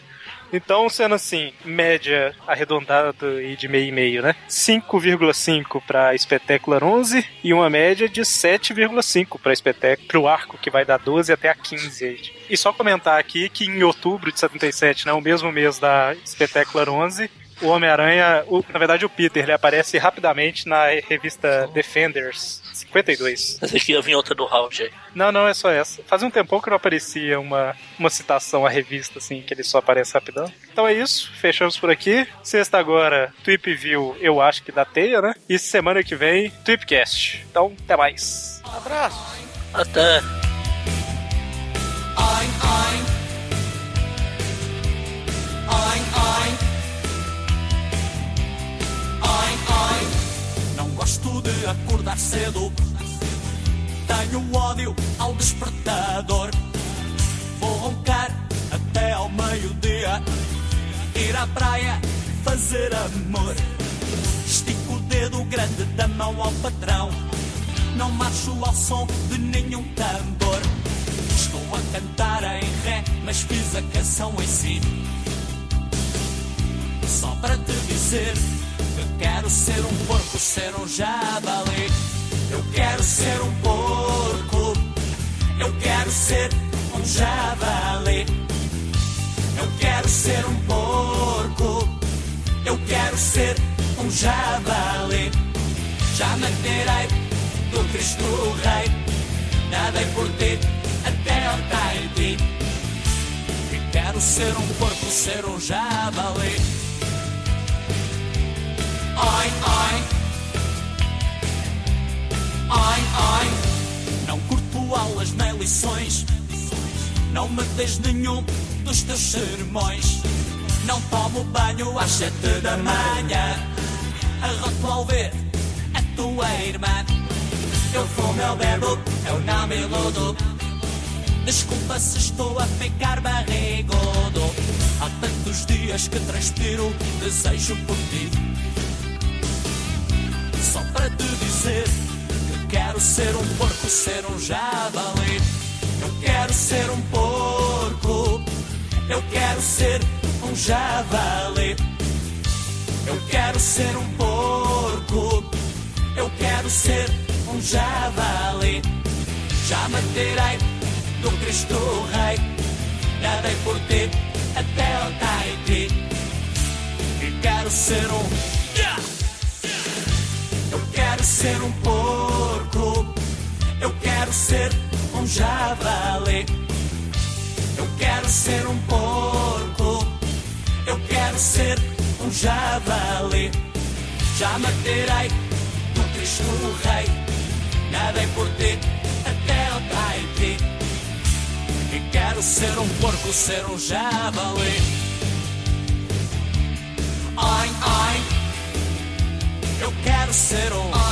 Então, sendo assim, média arredondada e de meio e meio, né? 5,5 para Espetáculo 11 e uma média de 7,5 para Espetáculo, pro arco que vai da 12 até a 15. aí. E só comentar aqui que em outubro de 77, né, o mesmo mês da Espetáculo 11, o Homem-Aranha, o- na verdade o Peter, ele aparece rapidamente na revista Defenders 52.
Essa aqui ia vir outra do Round aí.
Não, não, é só essa. Fazia um tempão que não aparecia uma, uma citação à revista, assim, que ele só aparece rapidão. Então é isso, fechamos por aqui. Sexta agora, Tweep View, eu acho que da teia, né? E semana que vem, Tweepcast. Então, até mais.
Abraço.
Até.
Não gosto de acordar cedo. Tenho ódio ao despertador. Vou roncar até ao meio-dia. Ir à praia fazer amor. Estico o dedo grande da mão ao patrão. Não marcho ao som de nenhum tambor. Estou a cantar em ré, mas fiz a canção em si. Só para te dizer que quero ser um porco, ser um javali. Eu quero ser um porco. Eu quero ser um javali. Eu quero ser um porco. Eu quero ser um javali. Já me tirei do Cristo Rei. Nadei por ti até ao Tahiti. E quero ser um porco, ser um javali. Ai, ai. Ai, ai. Não curto aulas nem lições. Não me des nenhum dos teus sermões. Não tomo banho às sete da manhã. Arroto ao ver a tua irmã. Eu fumo, eu bebo, eu não me iludo. Desculpa se estou a ficar barrigudo. Há tantos dias que transpiro desejo por ti. Só para te dizer que quero ser um porco, ser um javali. Eu quero ser um porco, eu quero ser um javali. Eu quero ser um porco, eu quero ser um javali. Já me tirei do Cristo Rei, nadei por ti até ao Tahiti. E quero ser um. Yeah! Eu quero ser um porco. Eu quero ser um javali. Eu quero ser um porco. Eu quero ser um javali. Já me tirei do Cristo é Rei. Nadei por ti até ao Tahiti. ser um porco, ser um javali. Ai, ai, eu quero ser um. um